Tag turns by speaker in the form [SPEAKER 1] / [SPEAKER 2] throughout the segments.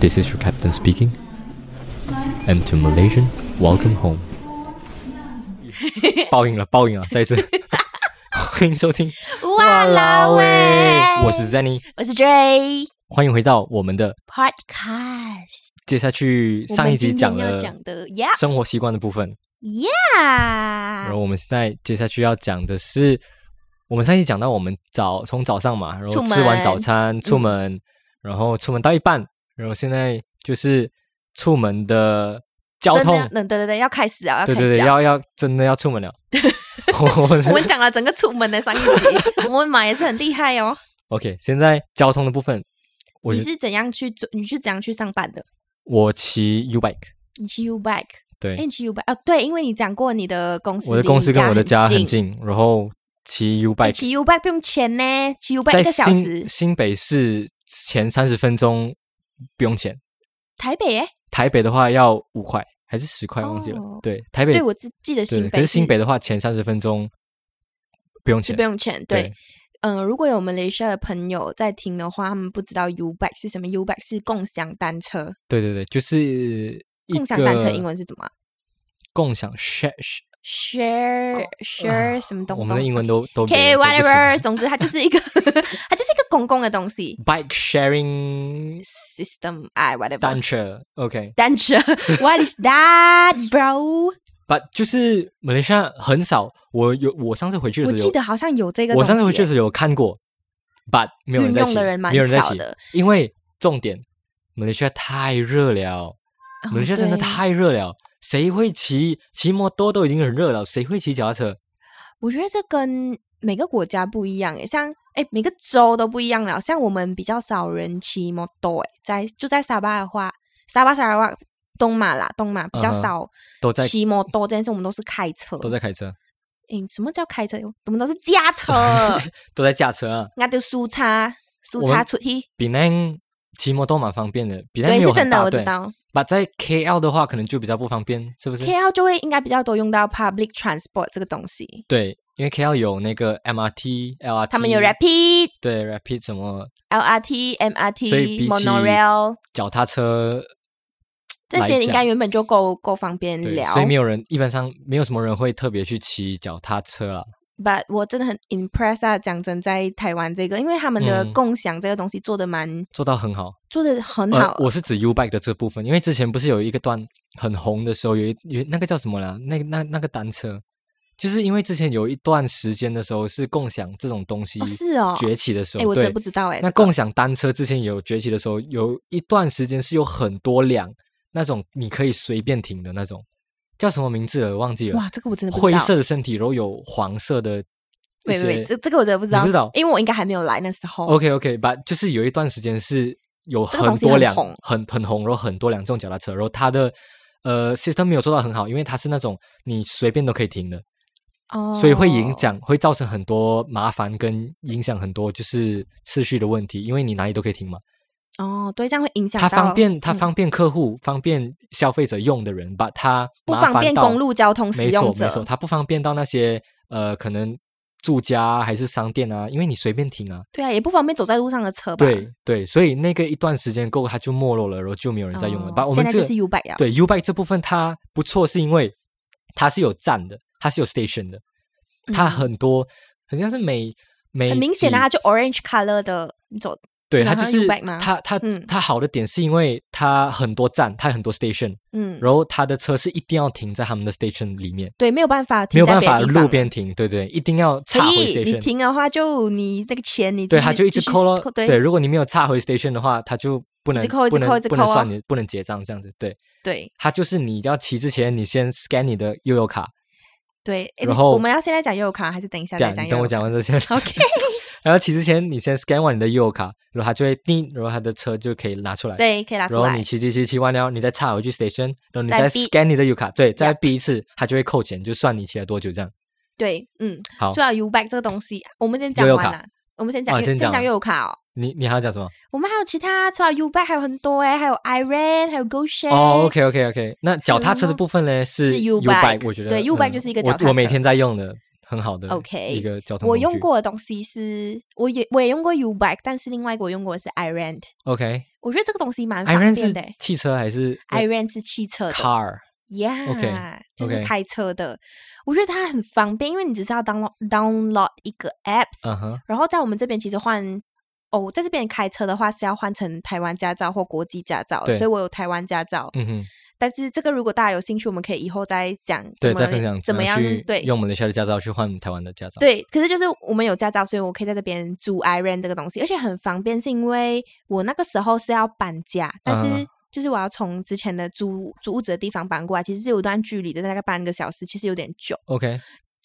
[SPEAKER 1] This is your captain speaking. And to Malaysians, welcome home. 报应了，报应了，再一次， 欢迎收听。
[SPEAKER 2] 哇欸啦喂，
[SPEAKER 1] 我是 Zenny，
[SPEAKER 2] 我是 J
[SPEAKER 1] 欢迎回到我们的
[SPEAKER 2] Podcast。
[SPEAKER 1] 接下去上一集讲
[SPEAKER 2] 我
[SPEAKER 1] 了
[SPEAKER 2] 们今天要讲啊的，Yeah
[SPEAKER 1] 生活习惯的部分，然
[SPEAKER 2] Yeah，
[SPEAKER 1] 后我们现在接下去要讲的是，我们上一集讲到我们早从早上嘛，然后
[SPEAKER 2] 出门嗯
[SPEAKER 1] 吃完早餐出门，然后出门到一半，然后现在就是出门的交
[SPEAKER 2] 真的
[SPEAKER 1] 通
[SPEAKER 2] 要，嗯，对对对，要开始了，要开
[SPEAKER 1] 对
[SPEAKER 2] 始
[SPEAKER 1] 对对，
[SPEAKER 2] 了。
[SPEAKER 1] 要要真的要出门了。我们
[SPEAKER 2] 我们讲了整个出门的上一 集，我们马也是很厉害哦。
[SPEAKER 1] OK，现在交通的部分，我
[SPEAKER 2] 你
[SPEAKER 1] 觉得
[SPEAKER 2] 是怎样去做？你是怎样去上班的？
[SPEAKER 1] 我骑 U bike，
[SPEAKER 2] 你骑 U bike，
[SPEAKER 1] 对，
[SPEAKER 2] 哎，你骑 U bike 哦，对，因为你讲过你的公司，
[SPEAKER 1] 我的公司跟我的家很
[SPEAKER 2] 很。
[SPEAKER 1] 近，然后骑 U
[SPEAKER 2] 哎
[SPEAKER 1] bike
[SPEAKER 2] 骑 U bike 不用钱呢，骑 U bike
[SPEAKER 1] 在
[SPEAKER 2] 一个小时
[SPEAKER 1] 新。新北市前三十分钟不用钱，
[SPEAKER 2] 台北哎，
[SPEAKER 1] 台北的话要五块还是十块忘记了。
[SPEAKER 2] 哦
[SPEAKER 1] 对，台北
[SPEAKER 2] 对我记记得
[SPEAKER 1] 对
[SPEAKER 2] 新
[SPEAKER 1] 可
[SPEAKER 2] 北
[SPEAKER 1] 是新北的话前三十分钟不用
[SPEAKER 2] 是
[SPEAKER 1] 钱
[SPEAKER 2] 不。用钱，对。嗯，如果有马来西亚的朋友在听的话，他们不知道 U bike 是什么，U bike 是共享单车。
[SPEAKER 1] 对对对，就是一
[SPEAKER 2] 共
[SPEAKER 1] 个
[SPEAKER 2] 享单车英文是怎么啊
[SPEAKER 1] 共享 share share-
[SPEAKER 2] ？share share 什么东
[SPEAKER 1] 啊我
[SPEAKER 2] 东？
[SPEAKER 1] 们的英文都都
[SPEAKER 2] OK
[SPEAKER 1] 都不行
[SPEAKER 2] whatever，总之它就是一个它就是一个公共的东西
[SPEAKER 1] bike sharing
[SPEAKER 2] system，哎 whatever
[SPEAKER 1] 单车 OK，
[SPEAKER 2] 单车，What is that bro？
[SPEAKER 1] 把就是马来西亚很少，我有我上次回去的
[SPEAKER 2] 我
[SPEAKER 1] 时候有
[SPEAKER 2] 记得好像有这个东
[SPEAKER 1] 我
[SPEAKER 2] 西耶，
[SPEAKER 1] 上次回去的时候有看过，but 没有人在
[SPEAKER 2] 运用
[SPEAKER 1] 骑，
[SPEAKER 2] 的人蛮
[SPEAKER 1] 没有人在
[SPEAKER 2] 少
[SPEAKER 1] 骑
[SPEAKER 2] 的，
[SPEAKER 1] 因为重点，马来西亚太热了，
[SPEAKER 2] 哦
[SPEAKER 1] 马来西亚真的
[SPEAKER 2] 对
[SPEAKER 1] 太热了，谁会骑骑摩托都已经很热了，谁会骑脚踏车？
[SPEAKER 2] 我觉得这跟每个国家不一样诶，像诶每个州都不一样了。像我们比较少人骑摩托诶，在就在沙巴的话，沙巴沙拉哇东马啦，东马比较
[SPEAKER 1] 嗯哼
[SPEAKER 2] 少
[SPEAKER 1] 都在
[SPEAKER 2] 骑摩托这件事，我们都是开车。
[SPEAKER 1] 都在开车，
[SPEAKER 2] 诶，什么叫开车？我们都是 驾车，
[SPEAKER 1] 都在驾车啊。
[SPEAKER 2] 那就输叉输
[SPEAKER 1] 我们
[SPEAKER 2] 叉出去。
[SPEAKER 1] 比南骑摩托蛮方便的，比南
[SPEAKER 2] 对，
[SPEAKER 1] 没有
[SPEAKER 2] 是
[SPEAKER 1] 很
[SPEAKER 2] 真
[SPEAKER 1] 大
[SPEAKER 2] 的，我知
[SPEAKER 1] 对
[SPEAKER 2] 道。
[SPEAKER 1] but 在 KL 的话，可能就比较不方便，是不是？
[SPEAKER 2] KL 就会应该比较多用到 public transport 这个东西，
[SPEAKER 1] 对，因为 KL 有那个 MRT、LRT，
[SPEAKER 2] 他们有 rapid、
[SPEAKER 1] 对 Rapid 什么
[SPEAKER 2] LRT、
[SPEAKER 1] 所以比起
[SPEAKER 2] MRT、monorail。
[SPEAKER 1] 脚踏车
[SPEAKER 2] 这
[SPEAKER 1] 来
[SPEAKER 2] 些应
[SPEAKER 1] 讲
[SPEAKER 2] 该原本就够够方便
[SPEAKER 1] 对，
[SPEAKER 2] 聊，
[SPEAKER 1] 所以没有人，一般上没有什么人会特别去骑脚踏车啦。
[SPEAKER 2] But 我真的很 impress 啊！讲真，在台湾这个，因为他们的
[SPEAKER 1] 嗯
[SPEAKER 2] 共享这个东西做的蛮、
[SPEAKER 1] 做到很好。
[SPEAKER 2] 做的很
[SPEAKER 1] 呃
[SPEAKER 2] 好，，哦
[SPEAKER 1] 我是指 U bike 的这部分，因为之前不是有一个段很红的时候，有一有那个叫什么啦？那那那个单车，就是因为之前有一段时间的时候是共享这种东西
[SPEAKER 2] 哦是哦，
[SPEAKER 1] 崛起的时
[SPEAKER 2] 哎、
[SPEAKER 1] 候，
[SPEAKER 2] 我真
[SPEAKER 1] 对
[SPEAKER 2] 的不知道哎、
[SPEAKER 1] 那
[SPEAKER 2] 这个
[SPEAKER 1] 共享单车之前有崛起的时候，有一段时间是有很多辆那种你可以随便停的那种，叫什么名字了？忘记了。
[SPEAKER 2] 哇，这个我真的不
[SPEAKER 1] 灰
[SPEAKER 2] 知道。
[SPEAKER 1] 色的身体，然后有黄色的一
[SPEAKER 2] 喂
[SPEAKER 1] 些。
[SPEAKER 2] 喂喂，这这个我真的不知道，
[SPEAKER 1] 你不知道哦
[SPEAKER 2] 因为我应该还没有来那时候。
[SPEAKER 1] OK OK，把就是有一段时间是有
[SPEAKER 2] 这个东
[SPEAKER 1] 很
[SPEAKER 2] 西
[SPEAKER 1] 多
[SPEAKER 2] 很
[SPEAKER 1] 辆
[SPEAKER 2] 红
[SPEAKER 1] 很很红，然后很多辆这种脚踏车，然后它的呃 system 没有做到很好，因为它是那种你随便都可以停的，
[SPEAKER 2] 哦，
[SPEAKER 1] 所以会影响，会造成很多麻烦跟影响很多就是次序的问题，因为你哪里都可以停嘛。
[SPEAKER 2] 哦，对，这样会影响
[SPEAKER 1] 它
[SPEAKER 2] 到
[SPEAKER 1] 方便它
[SPEAKER 2] 嗯
[SPEAKER 1] 方便客户、方便消费者用的人，把它
[SPEAKER 2] 不
[SPEAKER 1] 麻
[SPEAKER 2] 方
[SPEAKER 1] 烦
[SPEAKER 2] 便
[SPEAKER 1] 到
[SPEAKER 2] 公路交通使
[SPEAKER 1] 没错
[SPEAKER 2] 用
[SPEAKER 1] 没错，
[SPEAKER 2] 者。
[SPEAKER 1] 它不方便到那些呃可能住家啊还是商店啊，因为你随便停啊。
[SPEAKER 2] 对啊，也不方便走在路上的车吧。哦
[SPEAKER 1] 对对，所以那个一段时间过后，它就没落了，然后就没有人在用了。
[SPEAKER 2] 哦
[SPEAKER 1] 把我们
[SPEAKER 2] 现在
[SPEAKER 1] 这
[SPEAKER 2] 就
[SPEAKER 1] 个
[SPEAKER 2] 是 U bike 啊。
[SPEAKER 1] 对 U bike 这部分它不错，是因为它是有站的，它是有 station 的，它
[SPEAKER 2] 嗯
[SPEAKER 1] 很多，好像是每每
[SPEAKER 2] 很明显啊，
[SPEAKER 1] 几
[SPEAKER 2] 它就 orange color 的，你走
[SPEAKER 1] 对
[SPEAKER 2] 基
[SPEAKER 1] 它
[SPEAKER 2] 本
[SPEAKER 1] 就
[SPEAKER 2] 上 U
[SPEAKER 1] 是
[SPEAKER 2] bike 嘛
[SPEAKER 1] 它它
[SPEAKER 2] 嗯
[SPEAKER 1] 它好的点是因为它很多站，它很多 station，
[SPEAKER 2] 嗯，
[SPEAKER 1] 然后它的车是一定要停在他们的 station 里面，
[SPEAKER 2] 对，没有办法
[SPEAKER 1] 没
[SPEAKER 2] 停
[SPEAKER 1] 有
[SPEAKER 2] 在
[SPEAKER 1] 办
[SPEAKER 2] 别的
[SPEAKER 1] 法
[SPEAKER 2] 地
[SPEAKER 1] 路
[SPEAKER 2] 方。
[SPEAKER 1] 边停，对对，一定要
[SPEAKER 2] 所
[SPEAKER 1] 插回
[SPEAKER 2] 以你
[SPEAKER 1] station。
[SPEAKER 2] 停的话，就你那个钱你
[SPEAKER 1] 对，
[SPEAKER 2] 续
[SPEAKER 1] 他就一直
[SPEAKER 2] 继续
[SPEAKER 1] 扣咯。
[SPEAKER 2] 对
[SPEAKER 1] 对，如果你没有差回 station 的话，他就不能
[SPEAKER 2] 一直扣一直
[SPEAKER 1] 不能
[SPEAKER 2] 扣一直
[SPEAKER 1] 不能
[SPEAKER 2] 扣啊
[SPEAKER 1] 算你不能结账这样子。对，
[SPEAKER 2] 对
[SPEAKER 1] 他就是你要骑之前，你先 scan 你的悠游卡，
[SPEAKER 2] 对。诶
[SPEAKER 1] 然后
[SPEAKER 2] 我们要现在讲悠游卡，还是等一下
[SPEAKER 1] 这
[SPEAKER 2] 再
[SPEAKER 1] 样
[SPEAKER 2] 讲
[SPEAKER 1] 你
[SPEAKER 2] 悠
[SPEAKER 1] 等我
[SPEAKER 2] 游
[SPEAKER 1] 讲完这些。
[SPEAKER 2] 卡 ？OK，
[SPEAKER 1] 然后骑之前，你先 scan 完你的悠游卡，然后他就会叮，然后他的车就可以拿出来。。
[SPEAKER 2] 对，可以拿出
[SPEAKER 1] 然后
[SPEAKER 2] 来
[SPEAKER 1] 你。骑骑骑骑完了，你再插回去 station，然后你
[SPEAKER 2] 再
[SPEAKER 1] 再
[SPEAKER 2] 逼
[SPEAKER 1] scan 你的 U 卡，对，再
[SPEAKER 2] Yup
[SPEAKER 1] 逼一次，他就会扣钱，就算你骑了多久这样。
[SPEAKER 2] 对，嗯，
[SPEAKER 1] 好
[SPEAKER 2] 说到 U bike 这个东西，我们先讲
[SPEAKER 1] 悠游
[SPEAKER 2] 完
[SPEAKER 1] 卡
[SPEAKER 2] 了。我们先
[SPEAKER 1] 哦
[SPEAKER 2] 讲，
[SPEAKER 1] 先
[SPEAKER 2] 先
[SPEAKER 1] 讲
[SPEAKER 2] 讲悠游卡哦。
[SPEAKER 1] 你你还要讲什么？
[SPEAKER 2] 我们还有其他，除了 U bike 还有很多哎，还有 Iron，还有 Go Share。
[SPEAKER 1] 哦，OK OK OK，那脚踏车
[SPEAKER 2] 什
[SPEAKER 1] 的
[SPEAKER 2] 么
[SPEAKER 1] 部分呢是
[SPEAKER 2] 嗯是 U
[SPEAKER 1] bike，
[SPEAKER 2] bike，
[SPEAKER 1] 我觉得
[SPEAKER 2] 对，U bike
[SPEAKER 1] 嗯
[SPEAKER 2] 就是一个
[SPEAKER 1] 我
[SPEAKER 2] 脚踏
[SPEAKER 1] 我每
[SPEAKER 2] 车
[SPEAKER 1] 天在用的，很好的
[SPEAKER 2] OK，
[SPEAKER 1] 一个交通
[SPEAKER 2] 我
[SPEAKER 1] 工具
[SPEAKER 2] 用过的东西是，我也我也用过 U Bike，但是另外一个我用过的是 i Rent，
[SPEAKER 1] ，OK，I
[SPEAKER 2] 我觉得这个东西蛮方
[SPEAKER 1] rent
[SPEAKER 2] 便
[SPEAKER 1] 是
[SPEAKER 2] 的。
[SPEAKER 1] 汽车还是呃
[SPEAKER 2] i Rent 是汽车的
[SPEAKER 1] car？
[SPEAKER 2] Yeah，、
[SPEAKER 1] OK，
[SPEAKER 2] 就是
[SPEAKER 1] OK
[SPEAKER 2] 开车的。我觉得它很方便，因为你只是要 download download 一个 apps，、
[SPEAKER 1] 嗯哼，
[SPEAKER 2] 然后在我们这边其实换哦，在这边开车的话是要换成台湾驾照或国际驾照，
[SPEAKER 1] 对
[SPEAKER 2] 所以我有台湾驾照。
[SPEAKER 1] 嗯哼，
[SPEAKER 2] 但是这个如果大家有兴趣，我们可以以后再讲
[SPEAKER 1] 对，
[SPEAKER 2] 怎么
[SPEAKER 1] 再分享
[SPEAKER 2] 怎么样
[SPEAKER 1] 去
[SPEAKER 2] 对。
[SPEAKER 1] 用我们的下的驾照去换台湾的驾照，
[SPEAKER 2] 对，可是就是我们有驾照，所以我可以在这边租 i rent 这个东西，而且很方便，是因为我那个时候是要搬家，但
[SPEAKER 1] 嗯
[SPEAKER 2] 是就是我要从之前的租租屋子的地方搬过来，其实是有一段距离的，大概半个小时，其实有点久。
[SPEAKER 1] ，OK，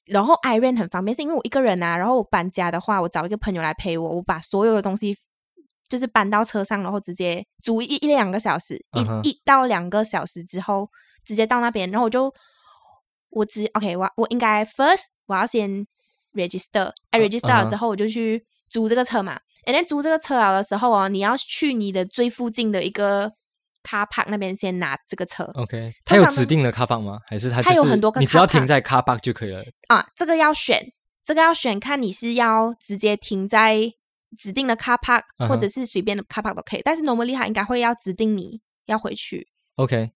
[SPEAKER 2] 然后 i rent 很方便，是因为我一个人啊，然后我搬家的话，我找一个朋友来陪我，我把所有的东西就是搬到车上，然后直接租一一两个小时，一、
[SPEAKER 1] 嗯哼
[SPEAKER 2] 一到两个小时之后直接到那边，然后我就我只 OK，我我应该 first 我要先 register，哎、
[SPEAKER 1] 嗯
[SPEAKER 2] register 了
[SPEAKER 1] 嗯哼
[SPEAKER 2] 之后我就去租这个车嘛，哎、那租这个车了的时候哦，你要去你的最附近的一个 car park 那边先拿这个
[SPEAKER 1] 哦
[SPEAKER 2] 车，
[SPEAKER 1] OK，它
[SPEAKER 2] 通
[SPEAKER 1] 有
[SPEAKER 2] 常
[SPEAKER 1] 指
[SPEAKER 2] 呢
[SPEAKER 1] 定的 car park 吗？还是它
[SPEAKER 2] 它
[SPEAKER 1] 就
[SPEAKER 2] 有
[SPEAKER 1] 是
[SPEAKER 2] 很多个
[SPEAKER 1] 你只
[SPEAKER 2] car
[SPEAKER 1] 要停
[SPEAKER 2] park
[SPEAKER 1] 在 car park 就可以了？
[SPEAKER 2] 啊，这个要选，这个要选，看你是要直接停在指定的 car park，、
[SPEAKER 1] 嗯哼
[SPEAKER 2] 或者是随便的 car park 都可以。但是 normally 它应该会要指定你要回去，
[SPEAKER 1] OK，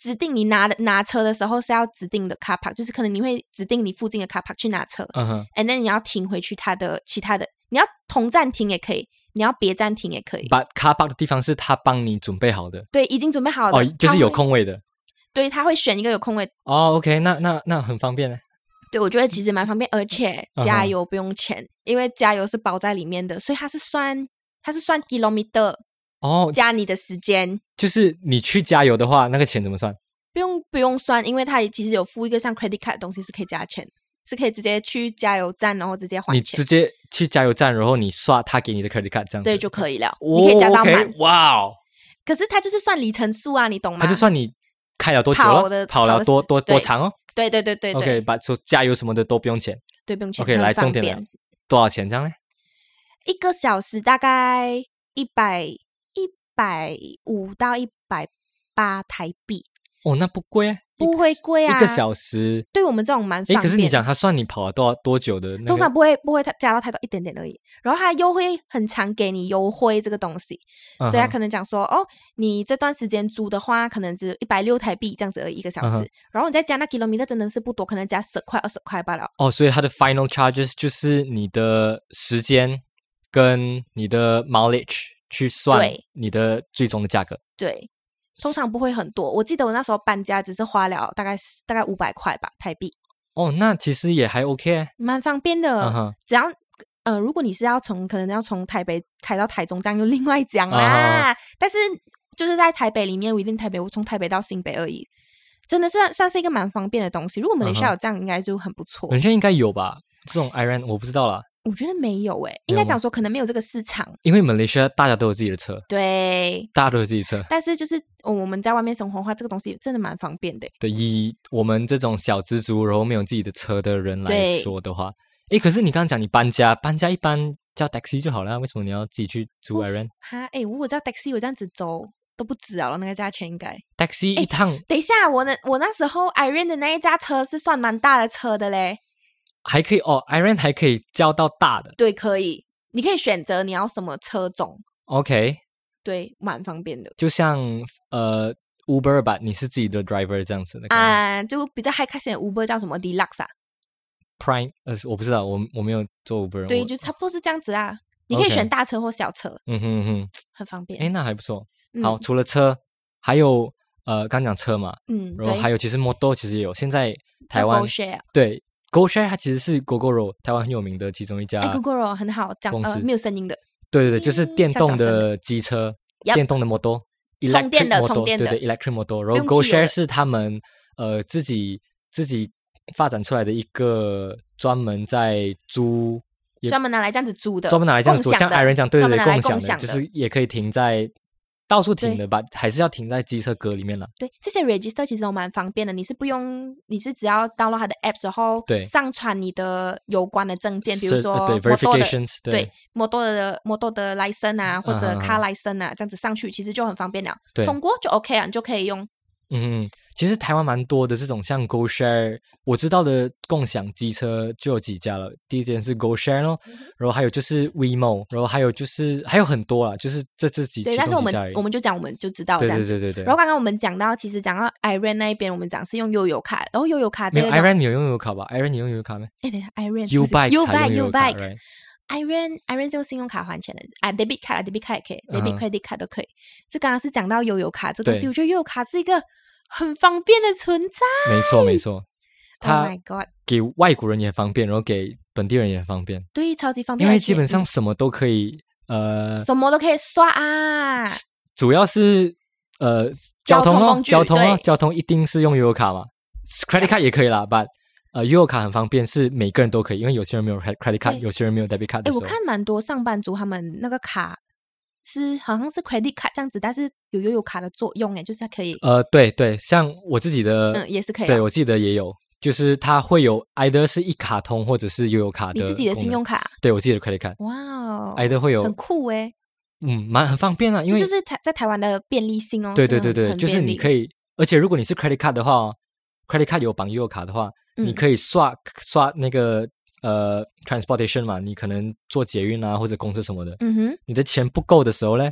[SPEAKER 2] 指定你拿的拿车的时候是要指定的 car park，就是可能你会指定你附近的 car park 去拿车、
[SPEAKER 1] 嗯哼，
[SPEAKER 2] a n d then 你要停回去它的其他的，你要同站停也可以，你要别站停也可以。
[SPEAKER 1] 把 car park 的地方是他帮你准备好的
[SPEAKER 2] 对，已经准备好的，
[SPEAKER 1] 哦，就是有
[SPEAKER 2] 它会，
[SPEAKER 1] 空位的
[SPEAKER 2] 对，他会选一个有空位。
[SPEAKER 1] 哦。OK，那那那很方便呢。
[SPEAKER 2] 对，我觉得其实蛮方便，而且
[SPEAKER 1] 嗯哼
[SPEAKER 2] 加油不用钱，因为加油是包在里面的，所以它是算它是算 kilometer
[SPEAKER 1] 哦，
[SPEAKER 2] 加你的时间，
[SPEAKER 1] 就是你去加油的话，那个钱怎么算？
[SPEAKER 2] 不用不用算，因为它也其实有附一个像 credit card 的东西是可以加钱，是可以直接去加油站然后直接还
[SPEAKER 1] 你
[SPEAKER 2] 钱
[SPEAKER 1] 直，接去加油站，然后你刷他给你的 credit card 这样子，
[SPEAKER 2] 对就可以了，
[SPEAKER 1] 哦。
[SPEAKER 2] 你可以加到满。
[SPEAKER 1] OK，哇哦，
[SPEAKER 2] 可是它就是算里程数啊，你懂吗？
[SPEAKER 1] 他就算你开了多久
[SPEAKER 2] 跑
[SPEAKER 1] 了，
[SPEAKER 2] 的
[SPEAKER 1] 跑
[SPEAKER 2] 跑
[SPEAKER 1] 了
[SPEAKER 2] 的
[SPEAKER 1] 多
[SPEAKER 2] 时
[SPEAKER 1] 多多
[SPEAKER 2] 对
[SPEAKER 1] 长哦。
[SPEAKER 2] 对对对对对
[SPEAKER 1] OK，把说加油什么的都不用钱。
[SPEAKER 2] 对，不用钱
[SPEAKER 1] OK，
[SPEAKER 2] 很
[SPEAKER 1] 来
[SPEAKER 2] 方
[SPEAKER 1] 重点了
[SPEAKER 2] 便。，
[SPEAKER 1] 多少钱这样呢？
[SPEAKER 2] 一个小时大概一百一百五到一百八台币，
[SPEAKER 1] 哦，那不贵啊，一
[SPEAKER 2] 不
[SPEAKER 1] 个
[SPEAKER 2] 会贵啊，
[SPEAKER 1] 一个小时。
[SPEAKER 2] 对我们这种蛮
[SPEAKER 1] 诶，
[SPEAKER 2] 方便。
[SPEAKER 1] 可是你讲他算你跑了多少多久的那个？
[SPEAKER 2] 通常不会不会太加到太多一点点而已，然后他又会很常给你优惠这个东西，
[SPEAKER 1] 嗯
[SPEAKER 2] 所以他
[SPEAKER 1] 哼
[SPEAKER 2] 可能讲说哦，你这段时间租的话，可能只有一百六台币这样子而已一个小时，
[SPEAKER 1] 嗯哼
[SPEAKER 2] 然后你再加那 kilometer 真的是不多，可能加十块二十块罢了。
[SPEAKER 1] 哦，所以它的 final charges 就是你的时间跟你的 mileage 去算
[SPEAKER 2] 对
[SPEAKER 1] 你的最终的价格。
[SPEAKER 2] 对，通常不会很多。我记得我那时候搬家只是花了大概大概五百块吧台币，
[SPEAKER 1] 哦，那其实也还 OK 啊。
[SPEAKER 2] 蛮方便的。
[SPEAKER 1] 嗯哼，
[SPEAKER 2] 只要呃，如果你是要从可能要从台北开到台中，这样就另外讲
[SPEAKER 1] 啊
[SPEAKER 2] 啦。但是就是在台北里面，我一定台北，我从台北到新北而已，真的是算是一个蛮方便的东西。如果马来西
[SPEAKER 1] 啊
[SPEAKER 2] 亚
[SPEAKER 1] 哈
[SPEAKER 2] 有这样，应该就很不错。
[SPEAKER 1] 本身应该有吧？这种 Iron 我不知道啦，
[SPEAKER 2] 我觉得没有诶、
[SPEAKER 1] 没
[SPEAKER 2] 应
[SPEAKER 1] 有
[SPEAKER 2] 该
[SPEAKER 1] 吗
[SPEAKER 2] 讲说可能没有这个市场。
[SPEAKER 1] 因为 Malaysia 大家都有自己的车，
[SPEAKER 2] 对，
[SPEAKER 1] 大家都有自己的车。
[SPEAKER 2] 但是就是、哦我们在外面生活的话，这个东西真的蛮方便的、
[SPEAKER 1] 对，以我们这种小资族，然后没有自己的车的人来
[SPEAKER 2] 对
[SPEAKER 1] 说的话，诶，可是你刚刚讲你搬家，搬家一般叫 taxi 就好了啊，为什么你要自己去租
[SPEAKER 2] 不
[SPEAKER 1] Iron
[SPEAKER 2] 哈，诶，如果叫 taxi 我这样子走都不止了，那个价钱应该。
[SPEAKER 1] taxi 一趟
[SPEAKER 2] 等一下，我那我那时候 Irene 的那一架车是算蛮大的车的嘞。
[SPEAKER 1] 还可以哦，Iron 还可以叫到大的
[SPEAKER 2] 对，可以，你可以选择你要什么车种，
[SPEAKER 1] ，OK。
[SPEAKER 2] 对，蛮方便的
[SPEAKER 1] 就像呃 Uber 吧，你是自己的 driver 这样子的概念、
[SPEAKER 2] 啊。就比较 high class 点的 Uber 叫什么 Deluxe 啊？
[SPEAKER 1] Prime，呃，我不知道，我我没有做 Uber，
[SPEAKER 2] 对，
[SPEAKER 1] 我
[SPEAKER 2] 就差不多是这样子啊。你可以
[SPEAKER 1] OK
[SPEAKER 2] 选大车或小车，
[SPEAKER 1] 嗯哼嗯哼，
[SPEAKER 2] 很方便。
[SPEAKER 1] 哎，那还不错。
[SPEAKER 2] 嗯
[SPEAKER 1] 好，，除了车，还有呃，刚讲车嘛，
[SPEAKER 2] 嗯，
[SPEAKER 1] 然后
[SPEAKER 2] 对，
[SPEAKER 1] 还有其实摩托其实也有，现在
[SPEAKER 2] 叫
[SPEAKER 1] 台湾啊
[SPEAKER 2] GoShare，
[SPEAKER 1] 对 GoShare 它其实是 GoGoRo 台湾很有名的其中一家，
[SPEAKER 2] 哎，Google 很好讲，
[SPEAKER 1] 公
[SPEAKER 2] 呃，
[SPEAKER 1] 司
[SPEAKER 2] 没有声音的，
[SPEAKER 1] 对对对，就是
[SPEAKER 2] 嗯
[SPEAKER 1] 电
[SPEAKER 2] 小小
[SPEAKER 1] 动
[SPEAKER 2] 声
[SPEAKER 1] 的机车，
[SPEAKER 2] Yup
[SPEAKER 1] 电动的摩托，
[SPEAKER 2] 充电的
[SPEAKER 1] electric 摩托
[SPEAKER 2] 充电的
[SPEAKER 1] 对对，electric 摩托。然后
[SPEAKER 2] 用汽油
[SPEAKER 1] GoShare
[SPEAKER 2] 的
[SPEAKER 1] 是他们呃自己自己发展出来的一个专门在租，也
[SPEAKER 2] 专门拿来这样子租的，
[SPEAKER 1] 专门拿来这样租，
[SPEAKER 2] 共享
[SPEAKER 1] 像
[SPEAKER 2] 的
[SPEAKER 1] Iron 讲，对
[SPEAKER 2] 专
[SPEAKER 1] 对
[SPEAKER 2] 门
[SPEAKER 1] 对，
[SPEAKER 2] 拿
[SPEAKER 1] 共
[SPEAKER 2] 来
[SPEAKER 1] 享
[SPEAKER 2] 共享
[SPEAKER 1] 的，就
[SPEAKER 2] 的。
[SPEAKER 1] 是也可以停在到处停
[SPEAKER 2] 对
[SPEAKER 1] 的吧，还是要停在机车格里面了。
[SPEAKER 2] 对，这些 register 其实都蛮方便的，你是不用，你是只要 download 它的 apps，然后
[SPEAKER 1] 对
[SPEAKER 2] 上传你的有关的证件，比如
[SPEAKER 1] 是呃
[SPEAKER 2] 说
[SPEAKER 1] 对
[SPEAKER 2] 摩托的
[SPEAKER 1] verifications，
[SPEAKER 2] 对摩托的摩托的 license 啊，或
[SPEAKER 1] 嗯
[SPEAKER 2] 者
[SPEAKER 1] 嗯嗯
[SPEAKER 2] car license 啊，这样子上去其实就很方便了。
[SPEAKER 1] 对，
[SPEAKER 2] 通过就 OK 了，你就可以用。
[SPEAKER 1] 嗯嗯，其实台湾蛮多的这种像 GoShare，我知道的共享机车就有几家了。第一间是 GoShare 咯，
[SPEAKER 2] 嗯
[SPEAKER 1] 然后还有就是 WeMo，然后还有就是还有很多啦，就是这这几
[SPEAKER 2] 对，
[SPEAKER 1] 其
[SPEAKER 2] 但是
[SPEAKER 1] 中
[SPEAKER 2] 我
[SPEAKER 1] 几
[SPEAKER 2] 们
[SPEAKER 1] 家而已
[SPEAKER 2] 我们就讲我们就知道这
[SPEAKER 1] 对
[SPEAKER 2] 样
[SPEAKER 1] 对
[SPEAKER 2] 子。
[SPEAKER 1] 对对对。
[SPEAKER 2] 然后刚刚我们讲到，其实讲到 Iran 那一边，我们讲是用悠游卡，然后悠游卡
[SPEAKER 1] 没有
[SPEAKER 2] 这个东，
[SPEAKER 1] Iron 你有用悠游卡吧？Iron 你用悠游卡没
[SPEAKER 2] 哎，等一下，Iran 不是
[SPEAKER 1] ？U Bike
[SPEAKER 2] U
[SPEAKER 1] 才
[SPEAKER 2] Bike
[SPEAKER 1] 用悠
[SPEAKER 2] U
[SPEAKER 1] 游卡
[SPEAKER 2] Bike
[SPEAKER 1] ，right？
[SPEAKER 2] Iron Iron 是用信用卡还钱的啊，debit 卡 debit 卡也可以，debit
[SPEAKER 1] 嗯
[SPEAKER 2] credit 卡都可以。这刚刚是讲到悠游卡这个东西，
[SPEAKER 1] 对
[SPEAKER 2] 我觉得悠游卡是一个很方便的存在。
[SPEAKER 1] 没错没错，
[SPEAKER 2] Oh
[SPEAKER 1] 它
[SPEAKER 2] my god，
[SPEAKER 1] 给外国人也方便，然后给本地人也方便，
[SPEAKER 2] 对，超级方便，
[SPEAKER 1] 因为
[SPEAKER 2] 而且
[SPEAKER 1] 基本上
[SPEAKER 2] 嗯
[SPEAKER 1] 什么都可以，呃，
[SPEAKER 2] 什么都可以刷啊。
[SPEAKER 1] 主要是呃
[SPEAKER 2] 交
[SPEAKER 1] 交
[SPEAKER 2] 通
[SPEAKER 1] 通
[SPEAKER 2] 工
[SPEAKER 1] 咯，
[SPEAKER 2] 具
[SPEAKER 1] 交通咯
[SPEAKER 2] 对，
[SPEAKER 1] 交通一定是用悠游卡嘛，credit card 也可以啦，but 呃悠游卡很方便，是每个人都可以，因为有些人没有 credit card，
[SPEAKER 2] 对
[SPEAKER 1] 有些人没有 debit card
[SPEAKER 2] 哎，
[SPEAKER 1] 的时
[SPEAKER 2] 我
[SPEAKER 1] 候，
[SPEAKER 2] 看蛮多上班族他们那个卡是好像是 credit 卡这样子，但是有悠游卡的作用，哎，就是它可以，
[SPEAKER 1] 呃对对，像我自己的，
[SPEAKER 2] 嗯，也是可以啊。
[SPEAKER 1] 对我记得也有。就是它会有 either 是一卡通或者是悠游卡的
[SPEAKER 2] 你
[SPEAKER 1] 功能，
[SPEAKER 2] 自己的信用卡，
[SPEAKER 1] 对我自己的 credit card，
[SPEAKER 2] 哇哦，
[SPEAKER 1] either 会有
[SPEAKER 2] 很酷哎，
[SPEAKER 1] 嗯，蛮很方便啊，因
[SPEAKER 2] 这
[SPEAKER 1] 为
[SPEAKER 2] 就是台在台湾的便利性哦。
[SPEAKER 1] 对对对
[SPEAKER 2] 真的
[SPEAKER 1] 对，
[SPEAKER 2] 很
[SPEAKER 1] 就是
[SPEAKER 2] 便
[SPEAKER 1] 你
[SPEAKER 2] 利
[SPEAKER 1] 可以，而且如果你是 credit card 的话哦，credit card 有绑悠游卡的话，你
[SPEAKER 2] 嗯
[SPEAKER 1] 可以刷刷那个呃 transportation 嘛，你可能坐捷运啊或者公车什么的，
[SPEAKER 2] 嗯哼，
[SPEAKER 1] 你的钱不够的时候呢，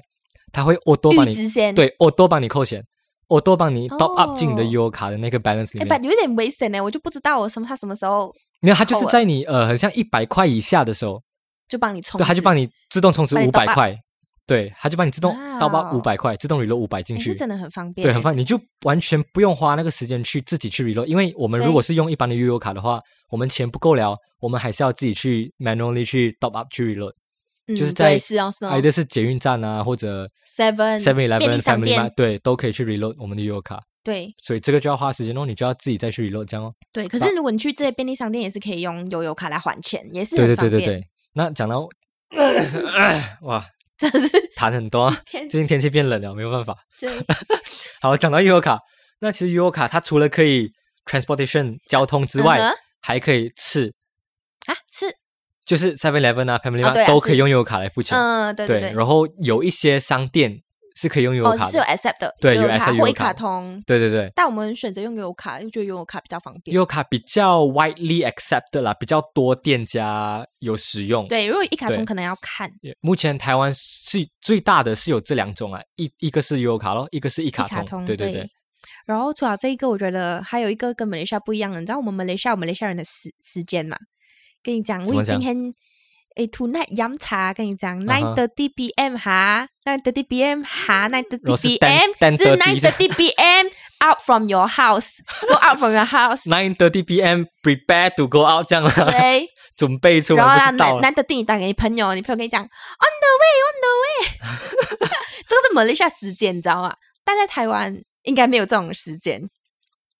[SPEAKER 1] 他会哦多帮
[SPEAKER 2] 预
[SPEAKER 1] 你
[SPEAKER 2] 支先。
[SPEAKER 1] 对哦多帮你扣钱，哦多帮你 top up 进你的
[SPEAKER 2] 哦
[SPEAKER 1] 悠游卡的那个 balance 里
[SPEAKER 2] 哎，
[SPEAKER 1] 面，
[SPEAKER 2] 但有点危险呢，我就不知道我什么他什么时候
[SPEAKER 1] 没有，它就是
[SPEAKER 2] 扣了
[SPEAKER 1] 在你呃很像一百块以下的时候，
[SPEAKER 2] 就帮你充值，
[SPEAKER 1] 对，它就帮你自动充值
[SPEAKER 2] 帮你
[SPEAKER 1] 五百
[SPEAKER 2] top up
[SPEAKER 1] 块，对，它就帮你自动 top up
[SPEAKER 2] 哇
[SPEAKER 1] 五
[SPEAKER 2] 哦
[SPEAKER 1] 百块，自动 reload 五百进
[SPEAKER 2] 哎
[SPEAKER 1] 去
[SPEAKER 2] 是，真的很方便，
[SPEAKER 1] 对，很方便，你就完全不用花那个时间去自己去 reload，因为我们如果是用一般的悠游卡的话，我们钱不够了，我们还是要自己去 manually 去 top up 去 reload，
[SPEAKER 2] 嗯
[SPEAKER 1] 就是
[SPEAKER 2] 对
[SPEAKER 1] 在
[SPEAKER 2] 是哦是哦
[SPEAKER 1] either 是捷运站啊或者
[SPEAKER 2] Seven
[SPEAKER 1] Seven
[SPEAKER 2] 便
[SPEAKER 1] Eleven
[SPEAKER 2] 利商
[SPEAKER 1] Family
[SPEAKER 2] 店
[SPEAKER 1] Mart，对，都可以去 reload 我们的悠游卡，
[SPEAKER 2] 对
[SPEAKER 1] 所以这个就要花时间哦，你就要自己再去 reload 这样哦。
[SPEAKER 2] 对。可是如果你去这些便利商店，也是可以用悠游卡来还钱，也是
[SPEAKER 1] 对对
[SPEAKER 2] 很方
[SPEAKER 1] 对
[SPEAKER 2] 便。
[SPEAKER 1] 对对，那讲到哇，
[SPEAKER 2] 真的是
[SPEAKER 1] 谈很多、啊，
[SPEAKER 2] 天啊
[SPEAKER 1] 最近天气变冷了，没有办法。
[SPEAKER 2] 对
[SPEAKER 1] 好，讲到悠游卡，那其实悠游卡它除了可以 transportation 交通之外，
[SPEAKER 2] 嗯哼
[SPEAKER 1] 还可以吃，
[SPEAKER 2] 啊是
[SPEAKER 1] 就是 Seven Eleven 啊、Family
[SPEAKER 2] 啊
[SPEAKER 1] Mart、
[SPEAKER 2] 对啊
[SPEAKER 1] 都可
[SPEAKER 2] 是
[SPEAKER 1] 以用悠游卡来付钱。
[SPEAKER 2] 嗯对对对，
[SPEAKER 1] 然后有一些商店是可以用悠游
[SPEAKER 2] 哦
[SPEAKER 1] 卡
[SPEAKER 2] 是
[SPEAKER 1] 的。
[SPEAKER 2] 有 accept 的
[SPEAKER 1] 对
[SPEAKER 2] 悠游
[SPEAKER 1] 有 accept
[SPEAKER 2] 卡
[SPEAKER 1] 悠游
[SPEAKER 2] 或一
[SPEAKER 1] 卡
[SPEAKER 2] 卡通，
[SPEAKER 1] 对对对，
[SPEAKER 2] 但我们选择用悠游卡，又觉得悠游卡比较方便
[SPEAKER 1] 悠。游卡比较 widely accepted 啦，比较多店家有使用。
[SPEAKER 2] 对，如果一卡通
[SPEAKER 1] 对
[SPEAKER 2] 可能要看
[SPEAKER 1] 也，目前台湾是最大的是有这两种啊，一一个是悠游卡咯，一个是一卡
[SPEAKER 2] 一卡通，
[SPEAKER 1] 对
[SPEAKER 2] 对
[SPEAKER 1] 对，
[SPEAKER 2] 然后除了这一个，我觉得还有一个跟马来西亚不一样的，你知道我们马来西亚有马来西亚人的时时间嘛？跟你讲，
[SPEAKER 1] 怎
[SPEAKER 2] 我
[SPEAKER 1] 么
[SPEAKER 2] 已今
[SPEAKER 1] 讲
[SPEAKER 2] 天诶 tonight 饮茶，跟你讲
[SPEAKER 1] 啊
[SPEAKER 2] nine
[SPEAKER 1] 哈
[SPEAKER 2] thirty p.m. 哈，nine thirty p.m. 哈，nine
[SPEAKER 1] 如果哦
[SPEAKER 2] thirty
[SPEAKER 1] 是
[SPEAKER 2] p.m.
[SPEAKER 1] 10
[SPEAKER 2] 是
[SPEAKER 1] 10:30
[SPEAKER 2] nine thirty p.m. out from your house，go out from your house，
[SPEAKER 1] Nine thirty p.m. prepare to go out 这样 啦，
[SPEAKER 2] 对。
[SPEAKER 1] 准备出门
[SPEAKER 2] 然后啊啦，
[SPEAKER 1] 不是啊到
[SPEAKER 2] 难
[SPEAKER 1] 了。
[SPEAKER 2] 难得定你打给你朋友，你朋友跟你讲 on the way on the way，这 个是马来西亚时间，你知道吗？但在台湾应该没有这种时间，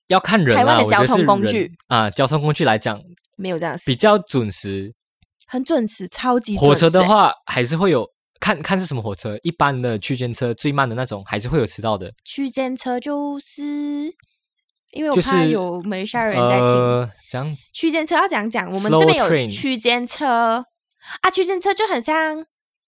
[SPEAKER 1] 要看人、啊、
[SPEAKER 2] 台湾的
[SPEAKER 1] 我觉得
[SPEAKER 2] 交通
[SPEAKER 1] 是
[SPEAKER 2] 工
[SPEAKER 1] 人
[SPEAKER 2] 具
[SPEAKER 1] 啊，交通工具来讲
[SPEAKER 2] 没有这样的时
[SPEAKER 1] 比较准时。
[SPEAKER 2] 很准时，超级
[SPEAKER 1] 火车
[SPEAKER 2] 准时
[SPEAKER 1] 的话还是会有看看是什么火车，一般的区间车最慢的那种还是会有迟到的。
[SPEAKER 2] 区间车就是因为我
[SPEAKER 1] 就是
[SPEAKER 2] 怕有马来西亚人在听。
[SPEAKER 1] 呃，这样
[SPEAKER 2] 区间车要讲讲，我们这边
[SPEAKER 1] Slow
[SPEAKER 2] 有
[SPEAKER 1] train
[SPEAKER 2] 区间车啊，区间车就很像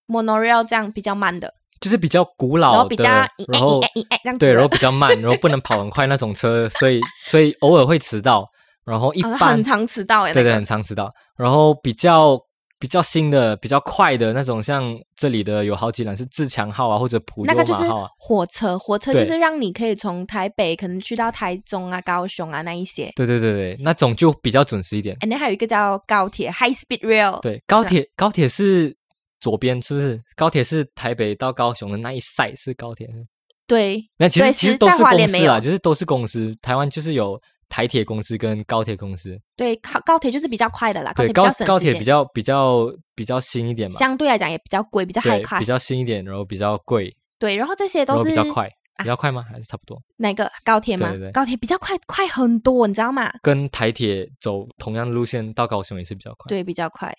[SPEAKER 2] monorail 这样比较慢的，
[SPEAKER 1] 就是比较古
[SPEAKER 2] 然
[SPEAKER 1] 老
[SPEAKER 2] 后
[SPEAKER 1] 的，
[SPEAKER 2] 比较一
[SPEAKER 1] 然后
[SPEAKER 2] 一一一这样子
[SPEAKER 1] 对，
[SPEAKER 2] 的，
[SPEAKER 1] 然后比较慢， 然后不能跑很快那种车，所以所以偶尔会迟到，然后一
[SPEAKER 2] 好像
[SPEAKER 1] 般
[SPEAKER 2] 啊很常迟到哎、
[SPEAKER 1] 对对，
[SPEAKER 2] 那
[SPEAKER 1] 很
[SPEAKER 2] 个
[SPEAKER 1] 常迟到。然后比较比较新的、比较快的那种，像这里的有好几辆是自强号啊，或者普悠
[SPEAKER 2] 那
[SPEAKER 1] 玛
[SPEAKER 2] 个就是
[SPEAKER 1] 号啊。
[SPEAKER 2] 火车，火车就
[SPEAKER 1] 对
[SPEAKER 2] 是让你可以从台北可能去到台中啊、高雄啊那一些。
[SPEAKER 1] 对对对对，那种就比较准时一点。
[SPEAKER 2] And then 还有一个叫高铁 High Speed Rail，
[SPEAKER 1] 对，高铁高铁是左边是不是？高铁是台北到高雄的那一塞是高铁。
[SPEAKER 2] 对
[SPEAKER 1] 那其
[SPEAKER 2] 对
[SPEAKER 1] 实其
[SPEAKER 2] 是
[SPEAKER 1] 实都
[SPEAKER 2] 在
[SPEAKER 1] 是
[SPEAKER 2] 花莲
[SPEAKER 1] 公
[SPEAKER 2] 没
[SPEAKER 1] 司
[SPEAKER 2] 有
[SPEAKER 1] 啊，就是都是公司。台湾就是有台铁公司跟高铁公司。
[SPEAKER 2] 对，高高铁就是比较快的啦，高
[SPEAKER 1] 对，
[SPEAKER 2] 铁比
[SPEAKER 1] 高
[SPEAKER 2] 较省
[SPEAKER 1] 高
[SPEAKER 2] 时
[SPEAKER 1] 铁
[SPEAKER 2] 间
[SPEAKER 1] 比较比较比较新一点嘛，
[SPEAKER 2] 相对来讲也比较贵，比较 high
[SPEAKER 1] 对，
[SPEAKER 2] class，
[SPEAKER 1] 比较新一点，然后比较贵，
[SPEAKER 2] 对，然后这些
[SPEAKER 1] 然
[SPEAKER 2] 都
[SPEAKER 1] 后
[SPEAKER 2] 是啊
[SPEAKER 1] 比较快，比较快吗？还是差不多？
[SPEAKER 2] 哪个高铁吗？
[SPEAKER 1] 对对对
[SPEAKER 2] 高铁比较快，快很多，你知道吗？
[SPEAKER 1] 跟台铁走同样的路线到高雄也是比较快。
[SPEAKER 2] 对，比较快。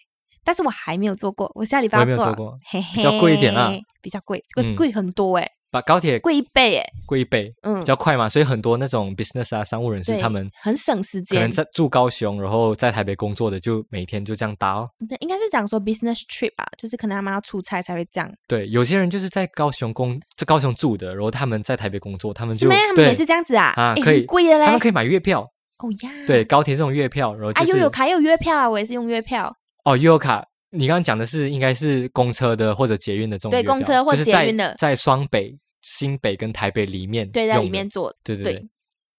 [SPEAKER 2] 但是我还没有坐过，我下礼拜
[SPEAKER 1] 啊我
[SPEAKER 2] 要
[SPEAKER 1] 也没有
[SPEAKER 2] 做，
[SPEAKER 1] 坐过
[SPEAKER 2] 嘿嘿，
[SPEAKER 1] 比较贵一点啦，
[SPEAKER 2] 比较贵，贵
[SPEAKER 1] 嗯
[SPEAKER 2] 贵很多哎、
[SPEAKER 1] 把高铁
[SPEAKER 2] 贵一倍诶，
[SPEAKER 1] 贵一倍，比
[SPEAKER 2] 嗯，
[SPEAKER 1] 较快嘛，所以很多那种 business 啊、商务人士
[SPEAKER 2] 对
[SPEAKER 1] 他们
[SPEAKER 2] 很省时
[SPEAKER 1] 可能
[SPEAKER 2] 间，
[SPEAKER 1] 在住高雄，然后在台北工作的，就每天就这样搭、哦。
[SPEAKER 2] 应该是讲说 business trip 啊，就是可能他们要出差才会这样。
[SPEAKER 1] 对，有些人就是在高雄工，在高雄住的，然后他们在台北工作，他们
[SPEAKER 2] 是
[SPEAKER 1] 就
[SPEAKER 2] 吗？他们
[SPEAKER 1] 对
[SPEAKER 2] 也是这样子啊？
[SPEAKER 1] 啊
[SPEAKER 2] 诶
[SPEAKER 1] 可以
[SPEAKER 2] 很贵的嘞。
[SPEAKER 1] 他们可以买月票，
[SPEAKER 2] 哦呀，
[SPEAKER 1] 对，，高铁这种月票，然后
[SPEAKER 2] 啊，
[SPEAKER 1] 就是、
[SPEAKER 2] 悠游卡也有月票啊，我也是用月票。
[SPEAKER 1] 哦，悠游卡，你刚刚讲的是应该是公车的或者捷运的这种
[SPEAKER 2] 对
[SPEAKER 1] 月票
[SPEAKER 2] 公车或
[SPEAKER 1] 就是
[SPEAKER 2] 捷
[SPEAKER 1] 在
[SPEAKER 2] 运的
[SPEAKER 1] 在双北、新北跟台北里面
[SPEAKER 2] 对，在
[SPEAKER 1] 用
[SPEAKER 2] 里
[SPEAKER 1] 的
[SPEAKER 2] 面做，
[SPEAKER 1] 对对对，
[SPEAKER 2] 对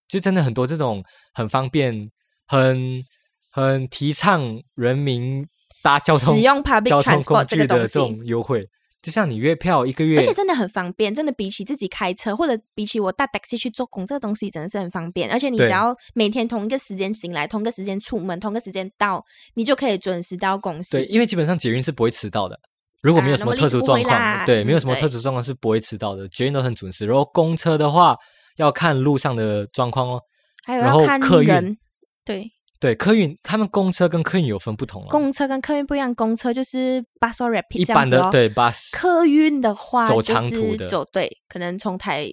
[SPEAKER 1] 就真的很多这种很方便、很很提倡人民搭交通
[SPEAKER 2] 使用 public
[SPEAKER 1] 交通
[SPEAKER 2] transport
[SPEAKER 1] 工
[SPEAKER 2] 这
[SPEAKER 1] 具
[SPEAKER 2] 个
[SPEAKER 1] 的
[SPEAKER 2] 东
[SPEAKER 1] 这种
[SPEAKER 2] 西，
[SPEAKER 1] 优惠，就像你月票一个月，
[SPEAKER 2] 而且真的很方便，真的比起自己开车或者比起我搭 taxi 去做工，这个东西真的是很方便。而且你
[SPEAKER 1] 对
[SPEAKER 2] 只要每天同一个时间醒来，同一个时间出门，同一个时间到，你就可以准时到公司。
[SPEAKER 1] 对，因为基本上捷运是不会迟到的。如果没有
[SPEAKER 2] 啊
[SPEAKER 1] 什
[SPEAKER 2] 那
[SPEAKER 1] 么
[SPEAKER 2] 么
[SPEAKER 1] 特
[SPEAKER 2] 力是
[SPEAKER 1] 殊
[SPEAKER 2] 不
[SPEAKER 1] 状
[SPEAKER 2] 会
[SPEAKER 1] 况，
[SPEAKER 2] 啦
[SPEAKER 1] 对，没有
[SPEAKER 2] 嗯
[SPEAKER 1] 什么特
[SPEAKER 2] 对
[SPEAKER 1] 殊状况是不会迟到的，捷运都很准时。然后公车的话，要看路上的状况哦。
[SPEAKER 2] 还有
[SPEAKER 1] 然后
[SPEAKER 2] 要看
[SPEAKER 1] 客运
[SPEAKER 2] 人，对，
[SPEAKER 1] 对，客运他们公车跟客运有分不同了。
[SPEAKER 2] 公车跟客运不一样，公车就是 bus or
[SPEAKER 1] 一
[SPEAKER 2] rapid 这样
[SPEAKER 1] 般
[SPEAKER 2] 子
[SPEAKER 1] 的
[SPEAKER 2] 哦。
[SPEAKER 1] 对 bus
[SPEAKER 2] 客运的话，
[SPEAKER 1] 走
[SPEAKER 2] 就
[SPEAKER 1] 长途
[SPEAKER 2] 是
[SPEAKER 1] 的
[SPEAKER 2] 走对，可能从台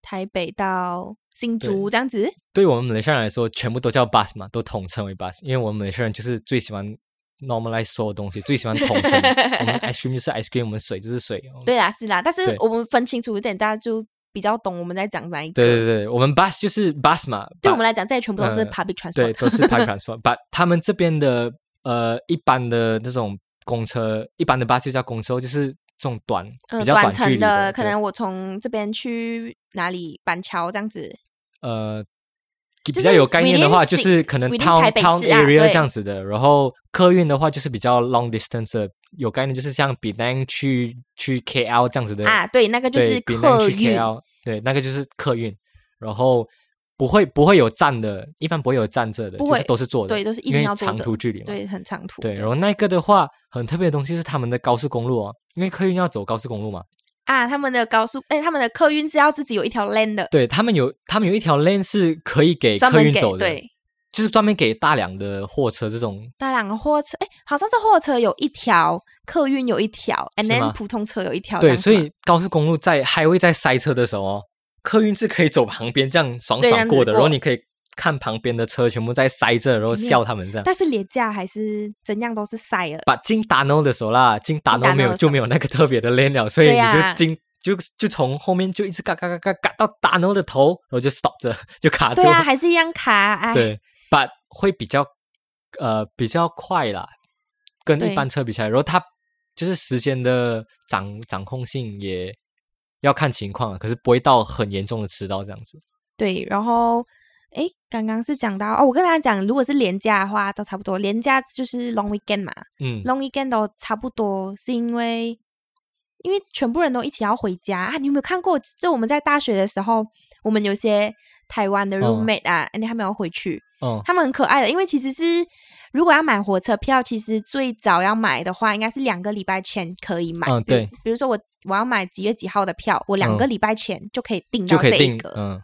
[SPEAKER 2] 台北到新
[SPEAKER 1] 对嗯
[SPEAKER 2] 竹这样子。
[SPEAKER 1] 对我们马来西亚人来说，全部都叫 bus 嘛，都统称为 bus，因为我们马来西亚人就是最喜欢 normalize 所有东西，最喜欢统称。我们 ice cream 就是 ice cream，我们水就是水。哦
[SPEAKER 2] 对啦，是啦，但是
[SPEAKER 1] 对
[SPEAKER 2] 我们分清楚一点，大家就比较懂我们在讲哪一个。
[SPEAKER 1] 对对对，我们 bus 就是 bus 嘛，
[SPEAKER 2] 对
[SPEAKER 1] but-
[SPEAKER 2] 我们来讲，这些全部都是
[SPEAKER 1] 嗯
[SPEAKER 2] public transport。
[SPEAKER 1] 对都 是 public transport，把他们这边的呃一般的那种公车，一般的 bus 就叫公车，就是这种短、
[SPEAKER 2] 嗯，
[SPEAKER 1] 比较
[SPEAKER 2] 短
[SPEAKER 1] 短距
[SPEAKER 2] 程
[SPEAKER 1] 离的，
[SPEAKER 2] 可
[SPEAKER 1] 对
[SPEAKER 2] 能我从这边去哪里板桥这样子，
[SPEAKER 1] 呃。
[SPEAKER 2] 就
[SPEAKER 1] 比较
[SPEAKER 2] 是
[SPEAKER 1] 有概念的
[SPEAKER 2] within
[SPEAKER 1] 话，就
[SPEAKER 2] city-
[SPEAKER 1] 是可能
[SPEAKER 2] within
[SPEAKER 1] town
[SPEAKER 2] 台北
[SPEAKER 1] town
[SPEAKER 2] 市啊
[SPEAKER 1] area
[SPEAKER 2] 对
[SPEAKER 1] 这样子的，然后客运的话就是比较 long distance 的，有概念就是像 Penang 去去 KL 这样子的
[SPEAKER 2] 啊，对，那个就
[SPEAKER 1] 对
[SPEAKER 2] 是
[SPEAKER 1] ，Penang
[SPEAKER 2] 客
[SPEAKER 1] 去
[SPEAKER 2] 运，
[SPEAKER 1] KL，对，那个就是客运，然后不会不会有站的，一般不会有站着的，
[SPEAKER 2] 不
[SPEAKER 1] 就是
[SPEAKER 2] 会
[SPEAKER 1] 都是坐的，
[SPEAKER 2] 对都是
[SPEAKER 1] 因
[SPEAKER 2] 一定
[SPEAKER 1] 为
[SPEAKER 2] 要坐
[SPEAKER 1] 长
[SPEAKER 2] 着
[SPEAKER 1] 途距离嘛，
[SPEAKER 2] 对，很长途的。
[SPEAKER 1] 对，然后那个的话，很特别的东西是他们的高速公路哦，因为客运要走高速公路嘛。
[SPEAKER 2] 啊，他们的高速，哎，他们的客运是要自己有一条 lane 的，
[SPEAKER 1] 对他们有，他们有一条 lane 是可以给
[SPEAKER 2] 专
[SPEAKER 1] 客
[SPEAKER 2] 门
[SPEAKER 1] 运
[SPEAKER 2] 给
[SPEAKER 1] 走的，
[SPEAKER 2] 对
[SPEAKER 1] 就是专门给大量的货车这种。
[SPEAKER 2] 大两个货车，哎，好像是货车有一条，客运有一条，and
[SPEAKER 1] 是吗
[SPEAKER 2] then 普通车有一条这
[SPEAKER 1] 对，
[SPEAKER 2] 样子
[SPEAKER 1] 所
[SPEAKER 2] 嘛，
[SPEAKER 1] 以高速公路在还会在塞车的时候哦，客运是可以走旁边这样爽
[SPEAKER 2] 对这
[SPEAKER 1] 爽
[SPEAKER 2] 样子
[SPEAKER 1] 过的，然后
[SPEAKER 2] 过
[SPEAKER 1] 你可以看旁边的车全部在塞着，然后
[SPEAKER 2] 里面
[SPEAKER 1] 笑他们这样。
[SPEAKER 2] 但是廉价还是怎样都是塞了。
[SPEAKER 1] 把进达诺的时候啦，进达诺没
[SPEAKER 2] 进达诺
[SPEAKER 1] 有
[SPEAKER 2] 的时
[SPEAKER 1] 就
[SPEAKER 2] 候
[SPEAKER 1] 没有那个特别的 lane 了，所以
[SPEAKER 2] 对
[SPEAKER 1] 你
[SPEAKER 2] 呀
[SPEAKER 1] 就进。就就从后面就一直嘎嘎嘎嘎嘎到达诺的头，然后就 stop 着，就卡住。
[SPEAKER 2] 对啊，还是一样卡，哎，
[SPEAKER 1] 对，but 会比较呃比较快啦，跟一
[SPEAKER 2] 对
[SPEAKER 1] 般车比起来，然后它就是时间的掌掌控性也要看情况啊，可是不会到很严重的迟到这样子。
[SPEAKER 2] 对，然后诶，刚刚是讲到哦，我跟大家讲，如果是廉价的话，都差不多，廉价就是 long weekend 嘛
[SPEAKER 1] 嗯，
[SPEAKER 2] ，long weekend 都差不多，是因为因为全部人都一起要回家啊。你有没有看过？就我们在大学的时候，我们有些台湾的
[SPEAKER 1] 嗯
[SPEAKER 2] roommate 啊，人家他们要回去，
[SPEAKER 1] 哦，
[SPEAKER 2] 他们很可爱的，因为其实是。如果要买火车票，其实最早要买的话，应该是两个礼拜前可以买。
[SPEAKER 1] 嗯
[SPEAKER 2] 比如
[SPEAKER 1] 对
[SPEAKER 2] 比如说我我要买几月几号的票，我两
[SPEAKER 1] 嗯
[SPEAKER 2] 个礼拜前就可以订
[SPEAKER 1] 就
[SPEAKER 2] 到
[SPEAKER 1] 可
[SPEAKER 2] 这
[SPEAKER 1] 以
[SPEAKER 2] 一
[SPEAKER 1] 定
[SPEAKER 2] 个。
[SPEAKER 1] 嗯。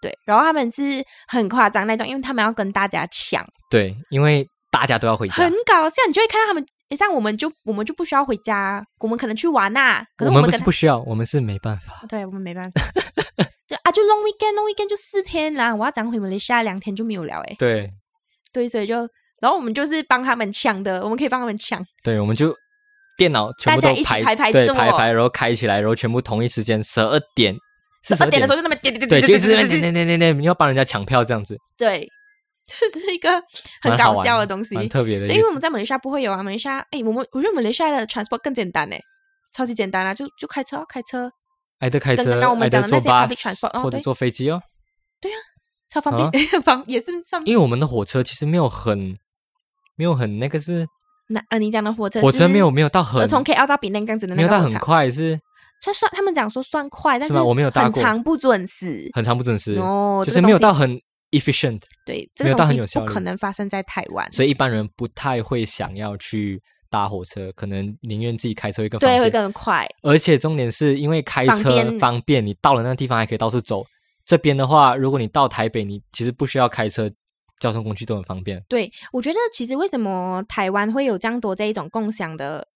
[SPEAKER 2] 对，然后他们是很夸张那种，因为他们要跟大家抢，
[SPEAKER 1] 对，因为大家都要回家
[SPEAKER 2] 很，搞笑。你就会看到他们，诶像我们就我们就不需要回家，我们可能去玩呐、
[SPEAKER 1] 我
[SPEAKER 2] 可能
[SPEAKER 1] 们
[SPEAKER 2] 们
[SPEAKER 1] 不
[SPEAKER 2] 跟
[SPEAKER 1] 是
[SPEAKER 2] 他
[SPEAKER 1] 不需要，我们是没办法。
[SPEAKER 2] 对我们没办法， 就啊就 long weekend，long weekend 就四天啦。我要讲回马来西亚两天就没有聊诶，
[SPEAKER 1] 对，
[SPEAKER 2] 对，所以就然后我们就是帮他们抢的，我们可以帮他们抢，
[SPEAKER 1] 对，我们就电脑全部
[SPEAKER 2] 大
[SPEAKER 1] 都
[SPEAKER 2] 家一起排排
[SPEAKER 1] 对
[SPEAKER 2] 坐
[SPEAKER 1] 排排，然后开起来，然后全部同一时间十二点，是
[SPEAKER 2] 二
[SPEAKER 1] 12
[SPEAKER 2] 点的时
[SPEAKER 1] 候，
[SPEAKER 2] 候就那么点点
[SPEAKER 1] 对，
[SPEAKER 2] 点
[SPEAKER 1] 就一
[SPEAKER 2] 点
[SPEAKER 1] 直在那边
[SPEAKER 2] 点点，
[SPEAKER 1] 点点点点，你要帮人家抢票这样子，
[SPEAKER 2] 对， 这是一个很
[SPEAKER 1] 蛮好
[SPEAKER 2] 搞
[SPEAKER 1] 玩
[SPEAKER 2] 笑的东西，
[SPEAKER 1] 蛮特别的一
[SPEAKER 2] 对，
[SPEAKER 1] 个。
[SPEAKER 2] 因为我们在马来西亚不会有啊，马来西亚，哎，我们我觉得马来西亚的 transport 更简单哎，超级简单啊，就就开车啊，开车
[SPEAKER 1] 爱德开车，
[SPEAKER 2] 跟刚刚我们
[SPEAKER 1] 爱德
[SPEAKER 2] 讲的
[SPEAKER 1] 坐
[SPEAKER 2] 那些 public
[SPEAKER 1] bus
[SPEAKER 2] transport，哦
[SPEAKER 1] 或者
[SPEAKER 2] 对
[SPEAKER 1] 坐飞机哦。
[SPEAKER 2] 超方便，很 方也是算
[SPEAKER 1] 啊因为我们的火车其实没有很，没有很那个，是不是？
[SPEAKER 2] 那呃，你讲的火车
[SPEAKER 1] 火车
[SPEAKER 2] 是
[SPEAKER 1] 没有没有到
[SPEAKER 2] 呃
[SPEAKER 1] 很，
[SPEAKER 2] 从 KL 到 Penang 这样子的
[SPEAKER 1] 没
[SPEAKER 2] 那
[SPEAKER 1] 有
[SPEAKER 2] 个
[SPEAKER 1] 到
[SPEAKER 2] 火
[SPEAKER 1] 很
[SPEAKER 2] 车，
[SPEAKER 1] 快，是
[SPEAKER 2] 它算他们讲说算快，但
[SPEAKER 1] 是吗我没有搭
[SPEAKER 2] 很
[SPEAKER 1] 过
[SPEAKER 2] 长不准时
[SPEAKER 1] 很长不准时，
[SPEAKER 2] 哦，
[SPEAKER 1] 就
[SPEAKER 2] 这
[SPEAKER 1] 是
[SPEAKER 2] 个
[SPEAKER 1] 没有
[SPEAKER 2] 东西嗯
[SPEAKER 1] 到很 efficient，
[SPEAKER 2] 对这
[SPEAKER 1] 没
[SPEAKER 2] 个
[SPEAKER 1] 有到很
[SPEAKER 2] 东
[SPEAKER 1] 有
[SPEAKER 2] 西
[SPEAKER 1] 效
[SPEAKER 2] 不
[SPEAKER 1] 率
[SPEAKER 2] 可能发生在台湾，
[SPEAKER 1] 所以一般人不太会想要去搭火车，可能宁愿自己开车会更方
[SPEAKER 2] 对会
[SPEAKER 1] 便。
[SPEAKER 2] 更快，
[SPEAKER 1] 而且重点是因为开
[SPEAKER 2] 方
[SPEAKER 1] 车
[SPEAKER 2] 便
[SPEAKER 1] 方便，你到了那个地方还可以到处走。这边的话，如果你到台北，你其实不需要开车，交通工具都很方便。
[SPEAKER 2] 对，我觉得其实为什么台湾会有这样多这一种共享的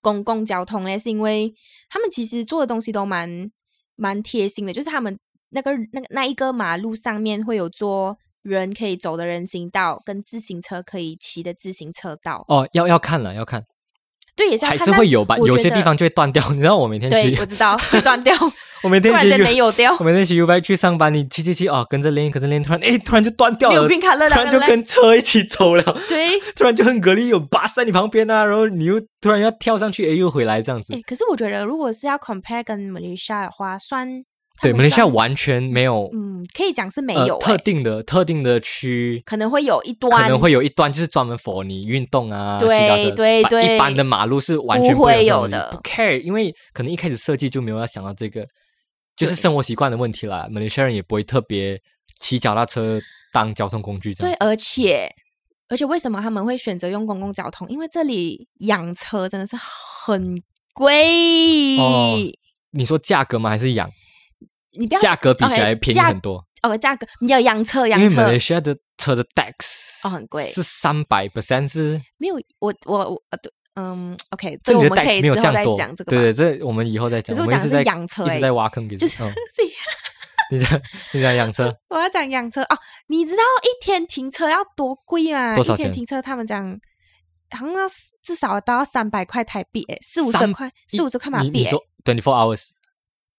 [SPEAKER 2] 公共交通嘞，是因为他们其实做的东西都蛮蛮贴心的，就是他们那个那个那一个马路上面会有做人可以走的人行道，跟自行车可以骑的自行车道。
[SPEAKER 1] 哦，要要看了，要看，
[SPEAKER 2] 对，也是要
[SPEAKER 1] 还
[SPEAKER 2] 看
[SPEAKER 1] 是会有吧？
[SPEAKER 2] 但我
[SPEAKER 1] 有
[SPEAKER 2] 觉
[SPEAKER 1] 些
[SPEAKER 2] 得
[SPEAKER 1] 地方就会断掉。你知道我每天
[SPEAKER 2] 对，我
[SPEAKER 1] 去，
[SPEAKER 2] 知道会断掉，
[SPEAKER 1] 我每
[SPEAKER 2] 突
[SPEAKER 1] 天
[SPEAKER 2] 然
[SPEAKER 1] 去
[SPEAKER 2] 间
[SPEAKER 1] U-
[SPEAKER 2] 没有掉
[SPEAKER 1] 我，每天去 U 拜去上班，你骑骑骑哦，跟着练，跟着练，突然哎，突然就断掉
[SPEAKER 2] 没有
[SPEAKER 1] 了，
[SPEAKER 2] 变卡乐
[SPEAKER 1] 突然就
[SPEAKER 2] 了，
[SPEAKER 1] 跟车一起走了，
[SPEAKER 2] 对。
[SPEAKER 1] 突然就很隔离，有 bus 在你旁边啊，然后你又突然要跳上去，哎，又回来这样子
[SPEAKER 2] 哎，。可是我觉得如果是要 compare 跟马来西亚的话，算
[SPEAKER 1] 对，马
[SPEAKER 2] 他们
[SPEAKER 1] 来西亚
[SPEAKER 2] 算
[SPEAKER 1] 完全没有
[SPEAKER 2] 嗯，可以讲是没
[SPEAKER 1] 呃
[SPEAKER 2] 有、
[SPEAKER 1] 特
[SPEAKER 2] 欸，
[SPEAKER 1] 定的特定的区
[SPEAKER 2] 可能会有一段
[SPEAKER 1] 可能会有一段就是专门 for 你运动啊，
[SPEAKER 2] 对
[SPEAKER 1] 骑脚车
[SPEAKER 2] 对
[SPEAKER 1] 把
[SPEAKER 2] 对
[SPEAKER 1] 一般的马路是完全
[SPEAKER 2] 不会
[SPEAKER 1] 会
[SPEAKER 2] 有的
[SPEAKER 1] 不 care，因为可能一开始设计就没有要想到这个，就是
[SPEAKER 2] 对
[SPEAKER 1] 生活习惯的问题啦。马来西亚人也不会特别骑脚踏车当交通工具这
[SPEAKER 2] 对，
[SPEAKER 1] 样子。
[SPEAKER 2] 而且而且为什么他们会选择用公共交通？因为这里养车真的是很贵，
[SPEAKER 1] 哦你说价格吗？还是养？
[SPEAKER 2] 你不要
[SPEAKER 1] 价格比起来
[SPEAKER 2] OK，
[SPEAKER 1] 便宜
[SPEAKER 2] 价
[SPEAKER 1] 很多，
[SPEAKER 2] 哦，价格你要养车
[SPEAKER 1] 因
[SPEAKER 2] 养
[SPEAKER 1] 为马
[SPEAKER 2] 车
[SPEAKER 1] 来西亚的车的 tax
[SPEAKER 2] 哦很贵
[SPEAKER 1] 是三百 percent 是不是？
[SPEAKER 2] 没有我我我呃对嗯，OK，
[SPEAKER 1] 这
[SPEAKER 2] 个
[SPEAKER 1] 里的
[SPEAKER 2] 我们可
[SPEAKER 1] tax
[SPEAKER 2] 以
[SPEAKER 1] 没
[SPEAKER 2] 之
[SPEAKER 1] 有
[SPEAKER 2] 后
[SPEAKER 1] 这样
[SPEAKER 2] 再
[SPEAKER 1] 多
[SPEAKER 2] 讲这，个吧。
[SPEAKER 1] 对对，这我们以后再讲。
[SPEAKER 2] 可是我
[SPEAKER 1] 们一
[SPEAKER 2] 讲
[SPEAKER 1] 直
[SPEAKER 2] 的
[SPEAKER 1] 在
[SPEAKER 2] 是养车、
[SPEAKER 1] 一
[SPEAKER 2] 欸，
[SPEAKER 1] 直在挖坑给自己。嗯
[SPEAKER 2] 是
[SPEAKER 1] 你在你在养车，
[SPEAKER 2] 我要讲养车哦，你知道一天停车要多贵吗？
[SPEAKER 1] 多少
[SPEAKER 2] 一
[SPEAKER 1] 钱
[SPEAKER 2] 天停车他们讲好像要至少都要三百块台币，诶，四五十
[SPEAKER 1] 三
[SPEAKER 2] 块，四五十块马
[SPEAKER 1] 你
[SPEAKER 2] 币
[SPEAKER 1] 你
[SPEAKER 2] 欸。
[SPEAKER 1] 说 twenty four hours。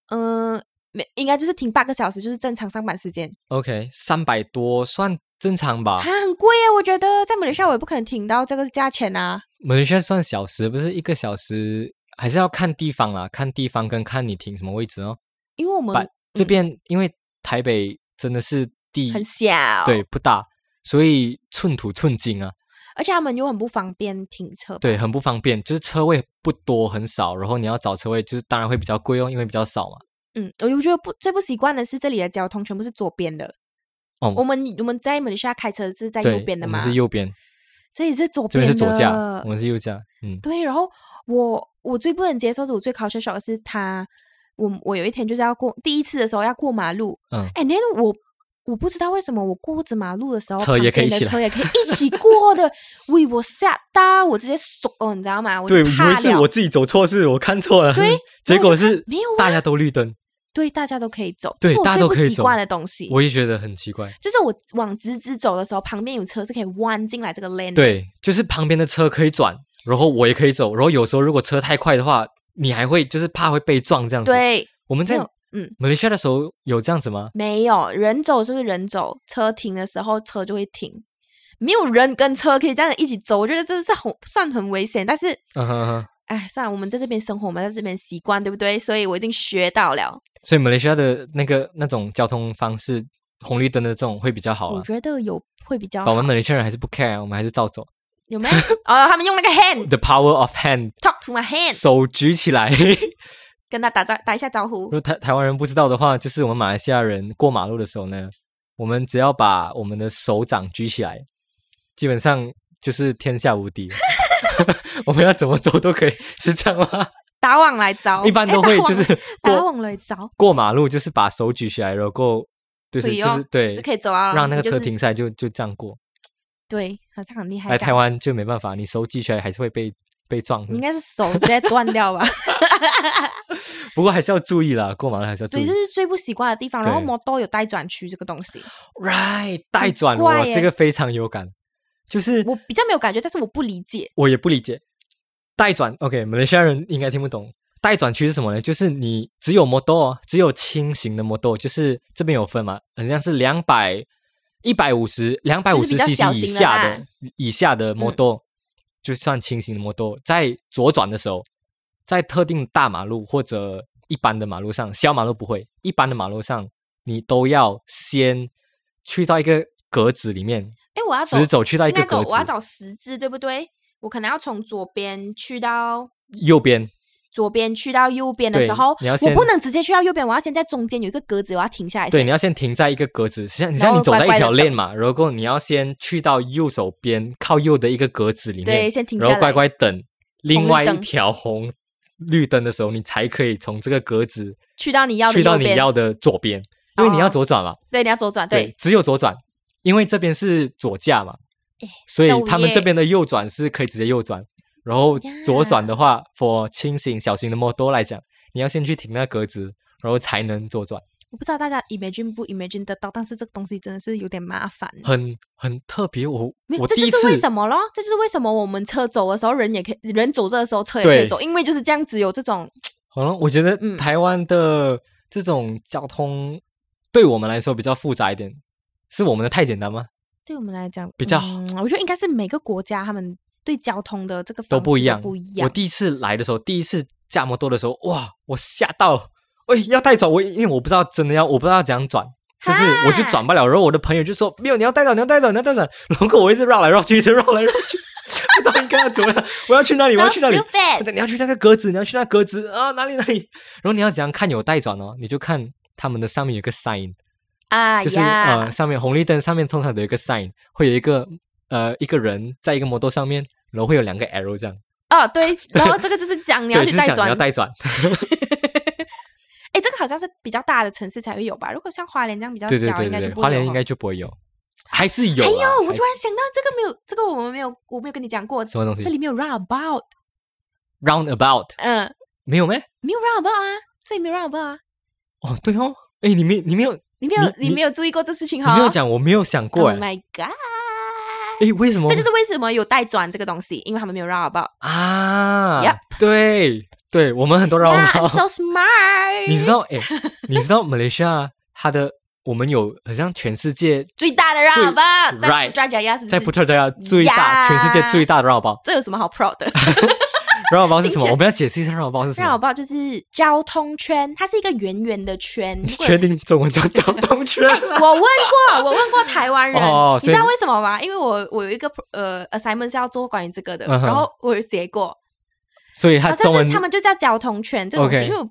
[SPEAKER 2] 嗯，没，应该就是停八个小时，就是正常上班时间，
[SPEAKER 1] OK，三百多算正常吧
[SPEAKER 2] 啊，。很贵耶！我觉得在马来西亚我也不可能停到这个价钱啊。
[SPEAKER 1] 马来西亚算小时，不是一个小时，还是要看地方啦，看地方跟看你停什么位置哦。
[SPEAKER 2] 因为我
[SPEAKER 1] 把
[SPEAKER 2] 们
[SPEAKER 1] 这边因为台北真的是地
[SPEAKER 2] 嗯很小，
[SPEAKER 1] 对，不大，所以寸土寸金啊，
[SPEAKER 2] 而且他们又很不方便停车，
[SPEAKER 1] 对，很不方便，就是车位不多很少，然后你要找车位，就是当然会比较贵哦，因为比较少嘛。
[SPEAKER 2] 嗯，我就觉得不最不习惯的是这里的交通全部是左边的。
[SPEAKER 1] 哦
[SPEAKER 2] 我们我们在马来西亚开车是在
[SPEAKER 1] 对，
[SPEAKER 2] 右边的
[SPEAKER 1] 我
[SPEAKER 2] 嘛
[SPEAKER 1] 们，是右边，
[SPEAKER 2] 这里是左
[SPEAKER 1] 这
[SPEAKER 2] 边
[SPEAKER 1] 边
[SPEAKER 2] 的。
[SPEAKER 1] 是左驾，我们是右驾，嗯，
[SPEAKER 2] 对，然后我我最不能接受的，我最 culture shock 的是他，我我有一天就是要过第一次的时候要过马路，
[SPEAKER 1] 嗯
[SPEAKER 2] 哎，那我我不知道为什么我过着马路的时候，
[SPEAKER 1] 车也可以
[SPEAKER 2] 旁边
[SPEAKER 1] 一起
[SPEAKER 2] 的
[SPEAKER 1] 来
[SPEAKER 2] 车也可 以一起过的，喂，我吓到，我直接怂了，你知道吗？我就
[SPEAKER 1] 对，以
[SPEAKER 2] 怕
[SPEAKER 1] 为是
[SPEAKER 2] 了，
[SPEAKER 1] 我自己走错事，我看错了，
[SPEAKER 2] 对，
[SPEAKER 1] 结
[SPEAKER 2] 然后
[SPEAKER 1] 果
[SPEAKER 2] 我就看
[SPEAKER 1] 是
[SPEAKER 2] 没有啊，
[SPEAKER 1] 大家都绿灯，
[SPEAKER 2] 对，大家都可以走，
[SPEAKER 1] 对
[SPEAKER 2] 这是我
[SPEAKER 1] 大家
[SPEAKER 2] 最
[SPEAKER 1] 都
[SPEAKER 2] 不
[SPEAKER 1] 可以
[SPEAKER 2] 习
[SPEAKER 1] 走
[SPEAKER 2] 惯的东西，
[SPEAKER 1] 我也觉得很奇怪。
[SPEAKER 2] 就是我往直直走的时候，旁边有车是可以弯进来这个 lane，的，
[SPEAKER 1] 对，就是旁边的车可以转，然后我也可以走，然后有时候如果车太快的话，你还会就是怕会被撞这样子。，
[SPEAKER 2] 对，
[SPEAKER 1] 我们在
[SPEAKER 2] 没有嗯
[SPEAKER 1] 马来西亚的时候有这样子吗？
[SPEAKER 2] 没有人走就是人走，车停的时候车就会停，没有人跟车可以这样一起走，我觉得这是很算很危险。但是，
[SPEAKER 1] 嗯哼哼。
[SPEAKER 2] 哎，算了，我们在这边生活，我们在这边习惯，对不对？所以我已经学到了。
[SPEAKER 1] 所以马来西亚的那个那种交通方式，红绿灯的这种会比较好
[SPEAKER 2] 我
[SPEAKER 1] 啊。
[SPEAKER 2] 觉得有会比较
[SPEAKER 1] 但我
[SPEAKER 2] 好，
[SPEAKER 1] 们马来西亚人还是不 care，我们还是照走。
[SPEAKER 2] 有没有？哦，他们用那个 hand
[SPEAKER 1] The power of hand，
[SPEAKER 2] talk to my hand，
[SPEAKER 1] 手举起来。如
[SPEAKER 2] 跟他打招打一下招呼。
[SPEAKER 1] 果台台湾人不知道的话，就是我们马来西亚人过马路的时候呢，我们只要把我们的手掌举起来，基本上就是天下无 敌。我们要怎么走都可以，是这样吗？
[SPEAKER 2] 打网来招，
[SPEAKER 1] 一般都
[SPEAKER 2] 哎
[SPEAKER 1] 会
[SPEAKER 2] 打网
[SPEAKER 1] 就是
[SPEAKER 2] 打
[SPEAKER 1] 过
[SPEAKER 2] 网来招，
[SPEAKER 1] 过马路，就是把手举起来，然后过就是
[SPEAKER 2] 会
[SPEAKER 1] 就
[SPEAKER 2] 哦
[SPEAKER 1] 是对
[SPEAKER 2] 就，可以走啊，
[SPEAKER 1] 让那个
[SPEAKER 2] 你
[SPEAKER 1] 车
[SPEAKER 2] 就是哎
[SPEAKER 1] 停下来哎就就这样过。
[SPEAKER 2] 对，好像很厉害。
[SPEAKER 1] 来台，湾就没办法，你手举起来还是会被被撞的
[SPEAKER 2] 你应。该是手直接断掉吧？
[SPEAKER 1] 不过还是要注意啦，过马路还是 要注
[SPEAKER 2] 对，
[SPEAKER 1] 意
[SPEAKER 2] 这。是最不习惯的地方。然后
[SPEAKER 1] 对
[SPEAKER 2] 摩托有带转区这个东西，
[SPEAKER 1] Right，带转
[SPEAKER 2] 怪
[SPEAKER 1] 我
[SPEAKER 2] 耶
[SPEAKER 1] 这个非常有感，就是
[SPEAKER 2] 我比较没有感觉，但是我不理解。
[SPEAKER 1] 我也不理解带转。OK，马来西亚人应该听不懂。带转区是什么呢？就是你只有摩托哦，只有轻型的摩托，就是这边有分嘛，好像是两百、一百五十、两百五
[SPEAKER 2] 就是
[SPEAKER 1] 十
[SPEAKER 2] 比
[SPEAKER 1] CC
[SPEAKER 2] 较小型
[SPEAKER 1] 以
[SPEAKER 2] 的
[SPEAKER 1] 下的
[SPEAKER 2] 啦
[SPEAKER 1] 以下的摩托，就算轻型的摩托。在左转的时候，在特定大马路或者一般的马路上，小马路不会，一般的马路上你都要先去到一个格子里面，
[SPEAKER 2] 哎，我要走
[SPEAKER 1] 直走去到一
[SPEAKER 2] 应
[SPEAKER 1] 个
[SPEAKER 2] 该走，
[SPEAKER 1] 格
[SPEAKER 2] 我要
[SPEAKER 1] 子
[SPEAKER 2] 找十字，对不对？我可能要从左边去到
[SPEAKER 1] 右边。
[SPEAKER 2] 左边去到右边的
[SPEAKER 1] 对
[SPEAKER 2] 时候，
[SPEAKER 1] 你要
[SPEAKER 2] 我
[SPEAKER 1] 先
[SPEAKER 2] 不能直接去到右边，我要先在中间有一个格子，我要停下来
[SPEAKER 1] 对，
[SPEAKER 2] 先。
[SPEAKER 1] 你要先停在一个格子，像你
[SPEAKER 2] 然
[SPEAKER 1] 像
[SPEAKER 2] 后
[SPEAKER 1] 你走在
[SPEAKER 2] 乖
[SPEAKER 1] 一
[SPEAKER 2] 乖地
[SPEAKER 1] 条
[SPEAKER 2] 等
[SPEAKER 1] 链嘛，如果你要先去到右手边靠右的一个格子里
[SPEAKER 2] 对，
[SPEAKER 1] 面，
[SPEAKER 2] 先停下
[SPEAKER 1] 然后
[SPEAKER 2] 来。
[SPEAKER 1] 乖乖等另
[SPEAKER 2] 绿
[SPEAKER 1] 外一
[SPEAKER 2] 灯
[SPEAKER 1] 条红绿灯的时候，你才可以从这个格子
[SPEAKER 2] 去到你要的
[SPEAKER 1] 去到
[SPEAKER 2] 右
[SPEAKER 1] 你
[SPEAKER 2] 边
[SPEAKER 1] 要的左边，因为你要
[SPEAKER 2] 哦
[SPEAKER 1] 左转嘛，
[SPEAKER 2] 对，你要左转。
[SPEAKER 1] 对，，只有左转，因为这边是左驾嘛，所以
[SPEAKER 2] ，so
[SPEAKER 1] 他们这
[SPEAKER 2] weird
[SPEAKER 1] 边的右转是可以直接右转，然后左转的话，for 轻型小型的摩托来讲，你要先去停那个格子，然后才能左转，
[SPEAKER 2] 我不知道大家 imagine 不 imagine 得到，但是这个东西真的是有点麻 烦。
[SPEAKER 1] 很很特别。我
[SPEAKER 2] 没有，
[SPEAKER 1] 我
[SPEAKER 2] 这
[SPEAKER 1] 第一
[SPEAKER 2] 就是
[SPEAKER 1] 次
[SPEAKER 2] 为什么咯，这就是为什么我们车走的时候，人也可以，人走着的时候，车也可以
[SPEAKER 1] 对
[SPEAKER 2] 走，因为就是这样子有这种
[SPEAKER 1] 好了，我觉得
[SPEAKER 2] 嗯
[SPEAKER 1] 台湾的这种交通对我们来说比较复杂一点，是我们的太简单吗？
[SPEAKER 2] 对我们来讲
[SPEAKER 1] 比较
[SPEAKER 2] 嗯我觉得应该是每个国家他们对交通的这个
[SPEAKER 1] 都
[SPEAKER 2] 方
[SPEAKER 1] 不
[SPEAKER 2] 式
[SPEAKER 1] 一样，
[SPEAKER 2] 不一
[SPEAKER 1] 我
[SPEAKER 2] 样。
[SPEAKER 1] 第一次来的时候，第一次驾摩托的时候，哇，我吓到，喂、要带走我，因为我不知道真的要，我不知道怎样转。就是我就转不了，然后我的朋友就说：“没有，你要带走，你要带走，你要带走。”如果我一直绕来绕去，一直绕来绕去， 不知道应该要怎么样。我要去哪里？我要去哪里？
[SPEAKER 2] stupid，
[SPEAKER 1] 你要去那个格子，你要去那格子啊，哪里哪里？然后你要怎样看有待转哦？你就看他们的上面有个 sign，
[SPEAKER 2] 啊
[SPEAKER 1] 就是
[SPEAKER 2] 呀
[SPEAKER 1] 呃，上面红绿灯上面通常都有一个 sign，会有一个呃一个人在一个摩托上面，然后会有两个 arrow 这样，
[SPEAKER 2] 哦 对，然后这个就是讲你
[SPEAKER 1] 呃对，就
[SPEAKER 2] 要去
[SPEAKER 1] 是
[SPEAKER 2] 带
[SPEAKER 1] 讲你
[SPEAKER 2] 转
[SPEAKER 1] 要，带转，
[SPEAKER 2] 哎，这个好像是比较大的城市才会有吧？如果像花莲这样比较
[SPEAKER 1] 对对
[SPEAKER 2] 小，
[SPEAKER 1] 对
[SPEAKER 2] 应该
[SPEAKER 1] 对
[SPEAKER 2] 就
[SPEAKER 1] 对，
[SPEAKER 2] 不
[SPEAKER 1] 花
[SPEAKER 2] 会有
[SPEAKER 1] 莲应
[SPEAKER 2] 哦
[SPEAKER 1] 该就不会有，还是有啊啦，
[SPEAKER 2] 还有，我
[SPEAKER 1] 还
[SPEAKER 2] 突然想到这个没有，这个我们没有，我没有跟你讲过
[SPEAKER 1] 是，什么东
[SPEAKER 2] 这
[SPEAKER 1] 西
[SPEAKER 2] 里面有 roundabout，
[SPEAKER 1] roundabout
[SPEAKER 2] 嗯，
[SPEAKER 1] 没有咩？
[SPEAKER 2] 没有 roundabout 啊，这里没有 roundabout 啊，
[SPEAKER 1] 哦，对哦，哎，你没你没有你
[SPEAKER 2] 你没有
[SPEAKER 1] 你
[SPEAKER 2] 你没啊有注意过这事情哈？
[SPEAKER 1] 没有讲，我没有想过
[SPEAKER 2] Oh
[SPEAKER 1] 哎，
[SPEAKER 2] my god！
[SPEAKER 1] 哎，为什么？
[SPEAKER 2] 这就是为什么有带转这个东西，因为他们没有 roundabout。
[SPEAKER 1] 啊
[SPEAKER 2] Yep，
[SPEAKER 1] 对对，我们很多 roundabout
[SPEAKER 2] Yeah，I'm。so smart。
[SPEAKER 1] 你知道，哎、你知道马来西亚它的我们有好像全世界
[SPEAKER 2] 最大的 roundabout 在
[SPEAKER 1] right，
[SPEAKER 2] 抓脚丫是不
[SPEAKER 1] 在
[SPEAKER 2] 是
[SPEAKER 1] 葡？萄牙最大
[SPEAKER 2] Yeah
[SPEAKER 1] 全世界最大的绕包，
[SPEAKER 2] 这有什么好 proud 的
[SPEAKER 1] 绕包是什
[SPEAKER 2] 的
[SPEAKER 1] 么？
[SPEAKER 2] 确
[SPEAKER 1] 我们要解释一下绕包是什么。
[SPEAKER 2] ？roundabout 就是交通圈，它是一个圆圆的 圈。
[SPEAKER 1] 你
[SPEAKER 2] 如果
[SPEAKER 1] 确定中文叫交通 圈？
[SPEAKER 2] 我问过， 我问过台湾人，
[SPEAKER 1] 哦
[SPEAKER 2] 你知道
[SPEAKER 1] 所以
[SPEAKER 2] 为什么吗？因为我我有一个 pro- 呃 assignment 是要做关于这个的，
[SPEAKER 1] 嗯哼
[SPEAKER 2] 然后我有写过，
[SPEAKER 1] 所以它
[SPEAKER 2] 好
[SPEAKER 1] 中
[SPEAKER 2] 像
[SPEAKER 1] 文
[SPEAKER 2] 是他们就叫交通圈这种东西，
[SPEAKER 1] OK
[SPEAKER 2] 因为我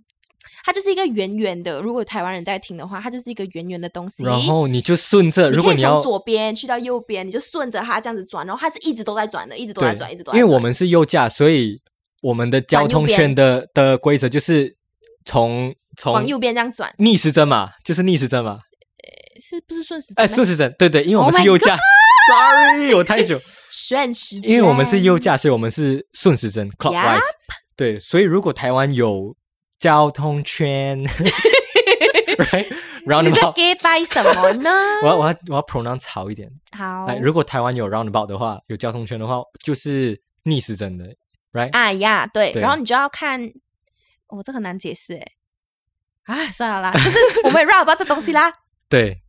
[SPEAKER 2] 它就是一个圆圆的。如果台湾人在听的话，它就是一个圆圆的东西。
[SPEAKER 1] 然后你就顺着，
[SPEAKER 2] 你
[SPEAKER 1] 如
[SPEAKER 2] 可
[SPEAKER 1] 果
[SPEAKER 2] 以
[SPEAKER 1] 你
[SPEAKER 2] 从
[SPEAKER 1] 要
[SPEAKER 2] 左边去到右边，你就顺着它这样子转，然后它是一直都在转的，一直都在
[SPEAKER 1] 对
[SPEAKER 2] 转，一直，都在
[SPEAKER 1] 因为
[SPEAKER 2] 转。
[SPEAKER 1] 我们是右驾，所以我们的交通圈的的规则就是从从
[SPEAKER 2] 往右边这样转，
[SPEAKER 1] 逆时针嘛，就是逆时针嘛，
[SPEAKER 2] 是不是顺时针
[SPEAKER 1] 哎，
[SPEAKER 2] 呢？
[SPEAKER 1] 顺时针，对对，因为我
[SPEAKER 2] Oh
[SPEAKER 1] 们是
[SPEAKER 2] my
[SPEAKER 1] 右驾。Sorry，我太久。
[SPEAKER 2] 顺时针，
[SPEAKER 1] 因为我们是右驾，所以我们是顺时针 clockwise。对，所以如果台湾有交通圈 ，right
[SPEAKER 2] 你在
[SPEAKER 1] roundabout，
[SPEAKER 2] gay by 什么呢？
[SPEAKER 1] 我要我要我要 pronounce 好一点。
[SPEAKER 2] 好
[SPEAKER 1] 哎，如果台湾有 roundabout 的话，有交通圈的话，就是逆时针的，right？
[SPEAKER 2] 啊呀，对，
[SPEAKER 1] 对
[SPEAKER 2] 然后你就要看，我、这很难解释哎。啊，算了啦，就是我们也 绕不到这东西啦，
[SPEAKER 1] 对，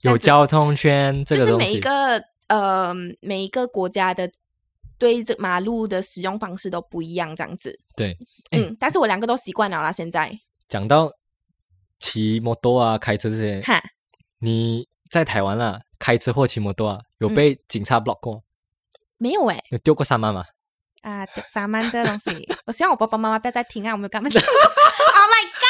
[SPEAKER 2] 这
[SPEAKER 1] 有
[SPEAKER 2] 样子
[SPEAKER 1] 交通圈 这
[SPEAKER 2] 就
[SPEAKER 1] 个
[SPEAKER 2] 是
[SPEAKER 1] 东
[SPEAKER 2] 每一
[SPEAKER 1] 西。
[SPEAKER 2] 个呃每一个国家的对这马路的使用方式都不一样，这样子。
[SPEAKER 1] 对，哎
[SPEAKER 2] 嗯，但是我两个都习惯了啦，现在
[SPEAKER 1] 讲到骑摩托啊、开车这些，
[SPEAKER 2] 哈，
[SPEAKER 1] 你在台湾啊，开车或骑摩托啊，有
[SPEAKER 2] 嗯
[SPEAKER 1] 被警察 block 过，
[SPEAKER 2] 没有哎、
[SPEAKER 1] 有丢过三万吗？
[SPEAKER 2] 啊，丢沙曼这个东西， 我希望我爸爸妈妈不要再听啊，我没有跟他们讲。oh my god，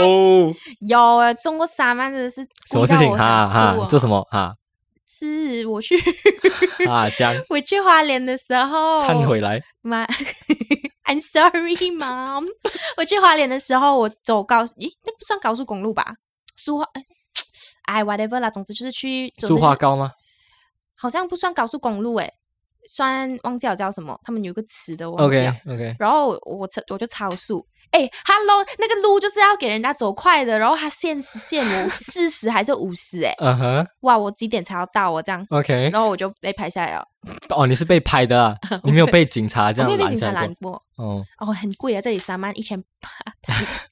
[SPEAKER 1] 哦，
[SPEAKER 2] 有啊，中过沙曼真的是
[SPEAKER 1] 什么事情？哈哈，做
[SPEAKER 2] 就是
[SPEAKER 1] 什么哈
[SPEAKER 2] 啊是我去
[SPEAKER 1] 啊？这样
[SPEAKER 2] 我去花莲的时 候，
[SPEAKER 1] 忏悔来，
[SPEAKER 2] 妈，I'm sorry, mom。我 去花莲的时候，我走高，咦，那不算高速公路吧？苏花，哎，whatever 啦，总之就是去总之
[SPEAKER 1] 树花膏吗？
[SPEAKER 2] 好像不算高速公路诶，算忘记了叫什么，他们有一个词的，我忘记了
[SPEAKER 1] OK OK，
[SPEAKER 2] 然后我我超我就超速。哎，Hello，那个路就是要给人家走快的，然后他限时限我四十还是五十？哎，
[SPEAKER 1] 嗯哼
[SPEAKER 2] 哇，我几点才要到？我哦这样，
[SPEAKER 1] ，OK，
[SPEAKER 2] 然后我就被拍下来了，
[SPEAKER 1] 哦，你是被拍的 啊，你没有被警察这
[SPEAKER 2] 我没
[SPEAKER 1] 样
[SPEAKER 2] 有被警
[SPEAKER 1] 拦
[SPEAKER 2] 察
[SPEAKER 1] 下
[SPEAKER 2] 拦
[SPEAKER 1] 过。
[SPEAKER 2] 过。
[SPEAKER 1] 哦，
[SPEAKER 2] 哦，很贵啊，这里三万一千八，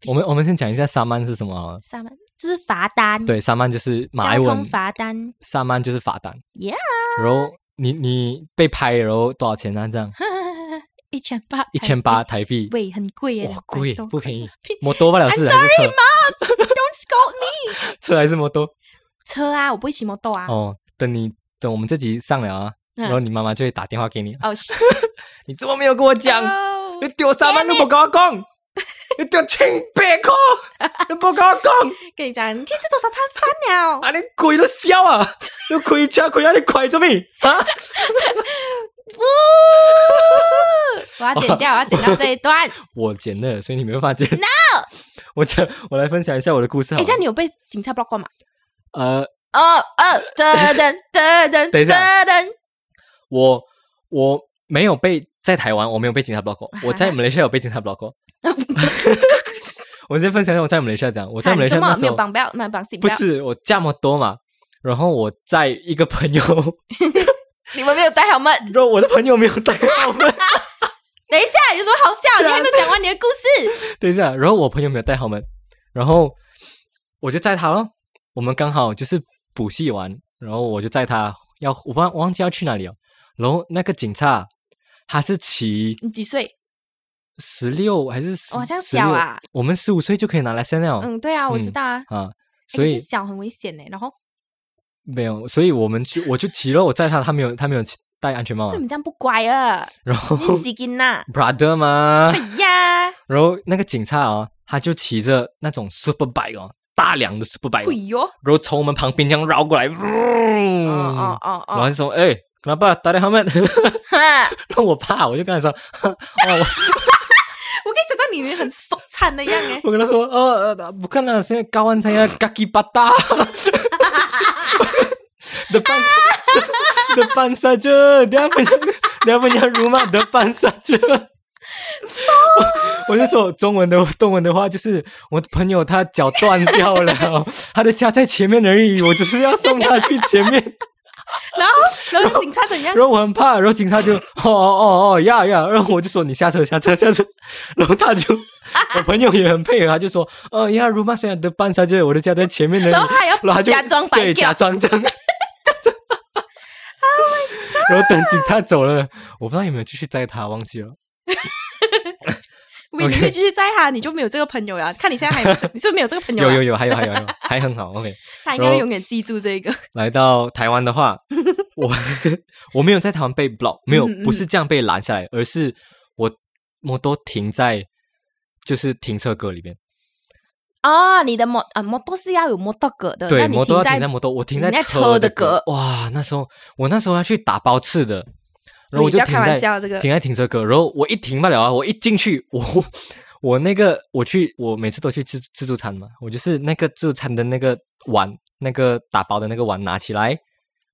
[SPEAKER 1] 我们我们先讲一下沙曼是什么好了。
[SPEAKER 2] 三万就是罚单，，
[SPEAKER 1] 对，沙曼就是马来
[SPEAKER 2] 交
[SPEAKER 1] 文
[SPEAKER 2] 嗯通，罚单，
[SPEAKER 1] 沙曼就是罚单。
[SPEAKER 2] Yeah
[SPEAKER 1] 然后你你被拍，然后多少钱啊？这样
[SPEAKER 2] 一千八，
[SPEAKER 1] 一千八，台币，
[SPEAKER 2] 喂，很贵耶，
[SPEAKER 1] 哇，贵不便
[SPEAKER 2] 宜。
[SPEAKER 1] 宜。摩托不了
[SPEAKER 2] I'm
[SPEAKER 1] 是还是车？
[SPEAKER 2] Don't scold me，
[SPEAKER 1] 车还是摩托？
[SPEAKER 2] 车啊，我不会骑摩托啊。
[SPEAKER 1] 哦，等你等我们这集上了啊，
[SPEAKER 2] 嗯
[SPEAKER 1] 然后你妈妈就会打电话给你，
[SPEAKER 2] 哦，
[SPEAKER 1] 你怎么没有跟我
[SPEAKER 2] 啊
[SPEAKER 1] 讲？你丢三万都冇跟我讲，你丢千百块， 你冇跟我讲，
[SPEAKER 2] 跟你讲，你可以吃多少餐饭了？
[SPEAKER 1] 啊你鬼都笑啊！你开车开啊，你开 做咩啊？
[SPEAKER 2] 我要剪掉，我要剪掉这 一段。
[SPEAKER 1] 我剪的，所以你没办法剪。No，我讲，我来分享一下我的故事好
[SPEAKER 2] 哎，
[SPEAKER 1] 了。
[SPEAKER 2] 这样你有被警察 block 过吗？
[SPEAKER 1] 呃，
[SPEAKER 2] 哦哦，噔噔噔噔，
[SPEAKER 1] 等一下
[SPEAKER 2] 噔噔，
[SPEAKER 1] 我我没
[SPEAKER 2] 啊
[SPEAKER 1] 有被在台湾，我没有被警察 block 过。我在马来西亚有被警察 block 过。我先分享一下我在马来西亚讲，我在
[SPEAKER 2] 看
[SPEAKER 1] 马来西
[SPEAKER 2] 哎怎
[SPEAKER 1] 亚
[SPEAKER 2] 么
[SPEAKER 1] 那
[SPEAKER 2] 没
[SPEAKER 1] 时
[SPEAKER 2] 有
[SPEAKER 1] 候
[SPEAKER 2] 绑 belt，没有绑 seat
[SPEAKER 1] 不
[SPEAKER 2] belt，
[SPEAKER 1] 是我加么多嘛，然后我在一个朋友，
[SPEAKER 2] 你们没有戴 helmet。
[SPEAKER 1] 然后我的朋友没有带好门，
[SPEAKER 2] 等一下，有什么好
[SPEAKER 1] 啊
[SPEAKER 2] 笑？你还没有讲完你的故事。
[SPEAKER 1] 等一下，然后我朋友没有带好门，然后我就载他咯。我们刚好就是补习完，然后我就载他要我忘忘记要去哪里了。然后那个警察他是骑
[SPEAKER 2] 你几岁？
[SPEAKER 1] 十六还是十
[SPEAKER 2] 哇这样小啊？
[SPEAKER 1] 16我们十五岁就可以拿来现在了、
[SPEAKER 2] 嗯，对啊，我知
[SPEAKER 1] 嗯
[SPEAKER 2] 道啊。
[SPEAKER 1] 啊，
[SPEAKER 2] 欸
[SPEAKER 1] 所
[SPEAKER 2] 可
[SPEAKER 1] 以
[SPEAKER 2] 是小很危险呢。然后，
[SPEAKER 1] 没有，所以我们就我就骑了，我载他，他没有他没有骑戴安全帽
[SPEAKER 2] 就
[SPEAKER 1] 啊
[SPEAKER 2] 你，这样不乖啊，
[SPEAKER 1] 然后
[SPEAKER 2] 你死囡呐！
[SPEAKER 1] brother 嘛
[SPEAKER 2] 哎，呀，
[SPEAKER 1] 然后那个警察哦，他就骑着那种 super bike 哦，大辆的 super bike，、
[SPEAKER 2] 哎
[SPEAKER 1] 哦、
[SPEAKER 2] 呦，哦
[SPEAKER 1] 然后从我们旁边这样绕过来，嗯
[SPEAKER 2] 哦哦
[SPEAKER 1] 然后
[SPEAKER 2] 哦，
[SPEAKER 1] 就说：“哎、k e n a p a 打掉他 们？”
[SPEAKER 2] 哈，
[SPEAKER 1] 我怕，我就跟他说：“ 哦，
[SPEAKER 2] 我可以想象你很手惨的样哎。
[SPEAKER 1] 我我跟他说，呃，呃不看了，现在高安参加嘎叽巴 达，depan depan saja, dia punya dia punya rumah depan saja。我我就说中文的中文的话，就是我的朋友他脚断掉了，他的家在前面而已，我只是要送他去前面。
[SPEAKER 2] 然后，然后警察怎 样
[SPEAKER 1] 然？后我很怕，然后警察就哦哦哦呀呀，然后我就说你下车下车下车， 然后他 就我朋友也很配合，他就说哦呀，如马现在的半山就是我的家在前面 的，
[SPEAKER 2] 然后还要
[SPEAKER 1] 然后他就
[SPEAKER 2] 假装白
[SPEAKER 1] 对
[SPEAKER 2] 掉
[SPEAKER 1] 假装这 样。然后等警察走了，我不知道有没有继续载他，忘记了。
[SPEAKER 2] 你你
[SPEAKER 1] OK
[SPEAKER 2] 越继续载他，你就没有这个朋友啊了。看你现在 还有这你是不是没有啊这个朋友
[SPEAKER 1] 有
[SPEAKER 2] 了？
[SPEAKER 1] 有有，还有还有还有，还很好。OK，
[SPEAKER 2] 他应该会永远记住这个。
[SPEAKER 1] 来到台湾的 话，我我没有在台湾被 block，没有
[SPEAKER 2] 嗯嗯，
[SPEAKER 1] 不是这样被拦下来，而是我摩托停在就是停车格里面。
[SPEAKER 2] 哦，你的摩啊摩托是要有摩托格的，呃那
[SPEAKER 1] 对，
[SPEAKER 2] 你
[SPEAKER 1] 摩托要
[SPEAKER 2] 在
[SPEAKER 1] 停在摩托，我停在
[SPEAKER 2] 你在
[SPEAKER 1] 车
[SPEAKER 2] 的
[SPEAKER 1] 格。哇，那时候我那时候要去打包次的，然后我
[SPEAKER 2] 你不
[SPEAKER 1] 就
[SPEAKER 2] 要
[SPEAKER 1] 停
[SPEAKER 2] 开玩
[SPEAKER 1] 在
[SPEAKER 2] 笑，这个
[SPEAKER 1] 停在停车格，然后我一停不了啊，我一进去，我 我那个我去，我每次都去自自助餐嘛，我就是那个自助餐的那个碗，那个打包的那个碗拿起来，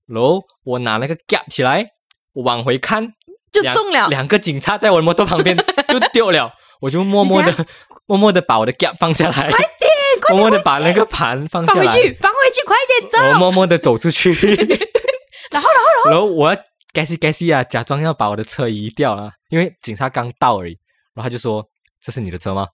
[SPEAKER 1] 然后我拿那个夹起来，我往回看，
[SPEAKER 2] 就
[SPEAKER 1] 两
[SPEAKER 2] 中了。
[SPEAKER 1] 两个警察在我的摩托旁边就丢了，我就默默
[SPEAKER 2] 你
[SPEAKER 1] 的默默的把我的夹放下来，
[SPEAKER 2] 快点，快
[SPEAKER 1] 默
[SPEAKER 2] 点
[SPEAKER 1] 默的把那个盘放下
[SPEAKER 2] 放回
[SPEAKER 1] 来。
[SPEAKER 2] 去，放回去，快点走。
[SPEAKER 1] 我默默的走出去，
[SPEAKER 2] 然后，然后，
[SPEAKER 1] 然后我要该是该是啊，假装要把我的车移掉了，因为警察刚到而已。然后他就说：“这是你的车吗？”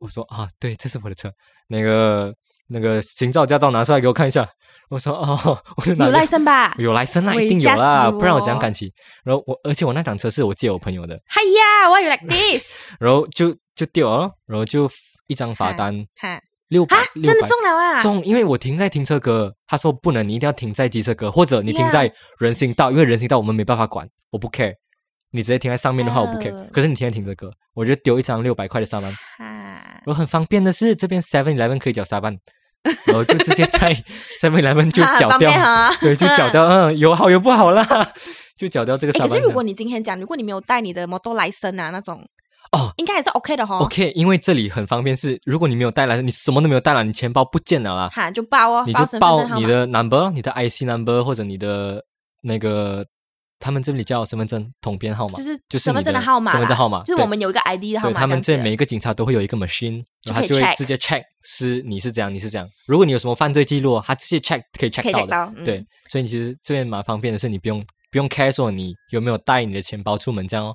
[SPEAKER 1] 我说：“啊，对，这是我的车。那个那个行照驾照拿出来给我看一下。”我说：“哦，我就拿
[SPEAKER 2] 有
[SPEAKER 1] 给
[SPEAKER 2] 赖声吧？
[SPEAKER 1] 有来生啦，
[SPEAKER 2] 喂
[SPEAKER 1] 一定有
[SPEAKER 2] 吓
[SPEAKER 1] 啦，
[SPEAKER 2] 死我
[SPEAKER 1] 不然我怎样敢骑？然后我而且我那辆车是我借我朋友的，
[SPEAKER 2] 嗨呀，Why you like this？
[SPEAKER 1] 然后就就掉了咯，然后就一张罚单
[SPEAKER 2] 哈，
[SPEAKER 1] 六百
[SPEAKER 2] 哈，
[SPEAKER 1] 六
[SPEAKER 2] 真的
[SPEAKER 1] 百
[SPEAKER 2] 中了啊！
[SPEAKER 1] 中，因为我停在停车格，他说不能，你一定要停在机车格，或者你停
[SPEAKER 2] Yeah
[SPEAKER 1] 在人行道，因为人行道我们没办法管，我不 care。你直接停在上面的话，我不 care
[SPEAKER 2] 哦。
[SPEAKER 1] 可是你停在停车格，我就丢一张六百块的沙班。
[SPEAKER 2] 哈，
[SPEAKER 1] 我很方便的是，这边 Seven Eleven 可以缴沙班，然后就直接 在 Seven Eleven 就
[SPEAKER 2] 哈
[SPEAKER 1] 缴
[SPEAKER 2] 啊
[SPEAKER 1] 掉
[SPEAKER 2] 方便，哈。
[SPEAKER 1] 对，就缴 掉。嗯，有好有不好啦， 就缴掉这个
[SPEAKER 2] 诶
[SPEAKER 1] 沙
[SPEAKER 2] 哎可
[SPEAKER 1] 班
[SPEAKER 2] 是
[SPEAKER 1] 这
[SPEAKER 2] 如果
[SPEAKER 1] 样。
[SPEAKER 2] 你今天讲，如果你没有带你的摩托来生啊那种，
[SPEAKER 1] 哦
[SPEAKER 2] 应该还是 OK 的哈。
[SPEAKER 1] OK，因为这里很方便，是如果你没有带来，你什么都没有带来，你钱包不见了啦，
[SPEAKER 2] 哈，就报哦，
[SPEAKER 1] 你
[SPEAKER 2] 报身
[SPEAKER 1] 就
[SPEAKER 2] 份
[SPEAKER 1] 报
[SPEAKER 2] 证号
[SPEAKER 1] 你
[SPEAKER 2] 码。
[SPEAKER 1] 的 number、你的 IC number 或者你的那个，他们这里叫身份证统编号码，
[SPEAKER 2] 就是
[SPEAKER 1] 就是
[SPEAKER 2] 身份
[SPEAKER 1] 你
[SPEAKER 2] 证
[SPEAKER 1] 的
[SPEAKER 2] 号码啦，
[SPEAKER 1] 身份证号码
[SPEAKER 2] 就是
[SPEAKER 1] 对
[SPEAKER 2] 我们有一个 ID 的号
[SPEAKER 1] 对
[SPEAKER 2] 码，
[SPEAKER 1] 他们这
[SPEAKER 2] 这样子
[SPEAKER 1] 每一个警察都会有一个 machine，
[SPEAKER 2] 就
[SPEAKER 1] 然后
[SPEAKER 2] 可以
[SPEAKER 1] 他就会
[SPEAKER 2] check
[SPEAKER 1] 直接 check 是你是怎样，你是怎样。如果你有什么犯罪记录哦，他直接 check 可以
[SPEAKER 2] 可
[SPEAKER 1] check
[SPEAKER 2] 以
[SPEAKER 1] 到
[SPEAKER 2] check
[SPEAKER 1] 的。
[SPEAKER 2] 到。嗯
[SPEAKER 1] 对，，所以其实这边蛮方便的是，你不用不用 care 说你有没有带你的钱包出门这样哦。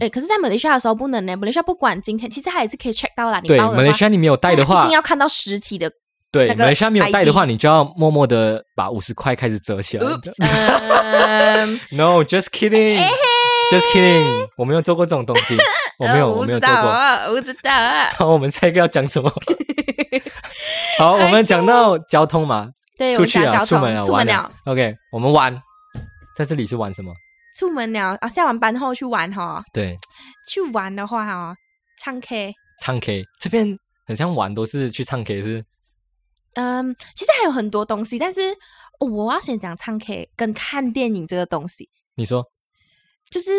[SPEAKER 2] 诶，可是，在马来西亚的时候不能呢，马来西亚不管今天，其实它也是可以 check 到啦。你
[SPEAKER 1] 对，
[SPEAKER 2] 报的
[SPEAKER 1] 马来
[SPEAKER 2] 话
[SPEAKER 1] 西亚你没有带的
[SPEAKER 2] 但一
[SPEAKER 1] 话
[SPEAKER 2] 定，要看到实体的。
[SPEAKER 1] 对
[SPEAKER 2] 那，个
[SPEAKER 1] 马来西亚没有带的话，你就要默默的把五十块开始折起来。
[SPEAKER 2] Oops，嗯，
[SPEAKER 1] No，just kidding，just kidding，我没有做过这种东 西，我没有，
[SPEAKER 2] 呃
[SPEAKER 1] 我
[SPEAKER 2] 我
[SPEAKER 1] 没有
[SPEAKER 2] 知
[SPEAKER 1] 做
[SPEAKER 2] 道
[SPEAKER 1] 过。
[SPEAKER 2] 啊，我知道啊。
[SPEAKER 1] 好，我们下一个要讲什么？ 好，我们讲到交通嘛，
[SPEAKER 2] 哎对，呃我
[SPEAKER 1] 出
[SPEAKER 2] 们
[SPEAKER 1] 去
[SPEAKER 2] 讲
[SPEAKER 1] 了，
[SPEAKER 2] 交
[SPEAKER 1] 出
[SPEAKER 2] 通
[SPEAKER 1] 门了，
[SPEAKER 2] 出门
[SPEAKER 1] 玩啊
[SPEAKER 2] 了
[SPEAKER 1] 了。。OK，我们玩，在这里是玩什么？
[SPEAKER 2] 出门了啊，下完班后去玩哈、
[SPEAKER 1] 对，
[SPEAKER 2] 去玩的话哦，唱 K。
[SPEAKER 1] 唱 K。这边很像玩都是去唱 K，是
[SPEAKER 2] 嗯，其实还有很多东西，但是、哦我要先讲唱 K 跟看电影这个东西，
[SPEAKER 1] 你说
[SPEAKER 2] 就是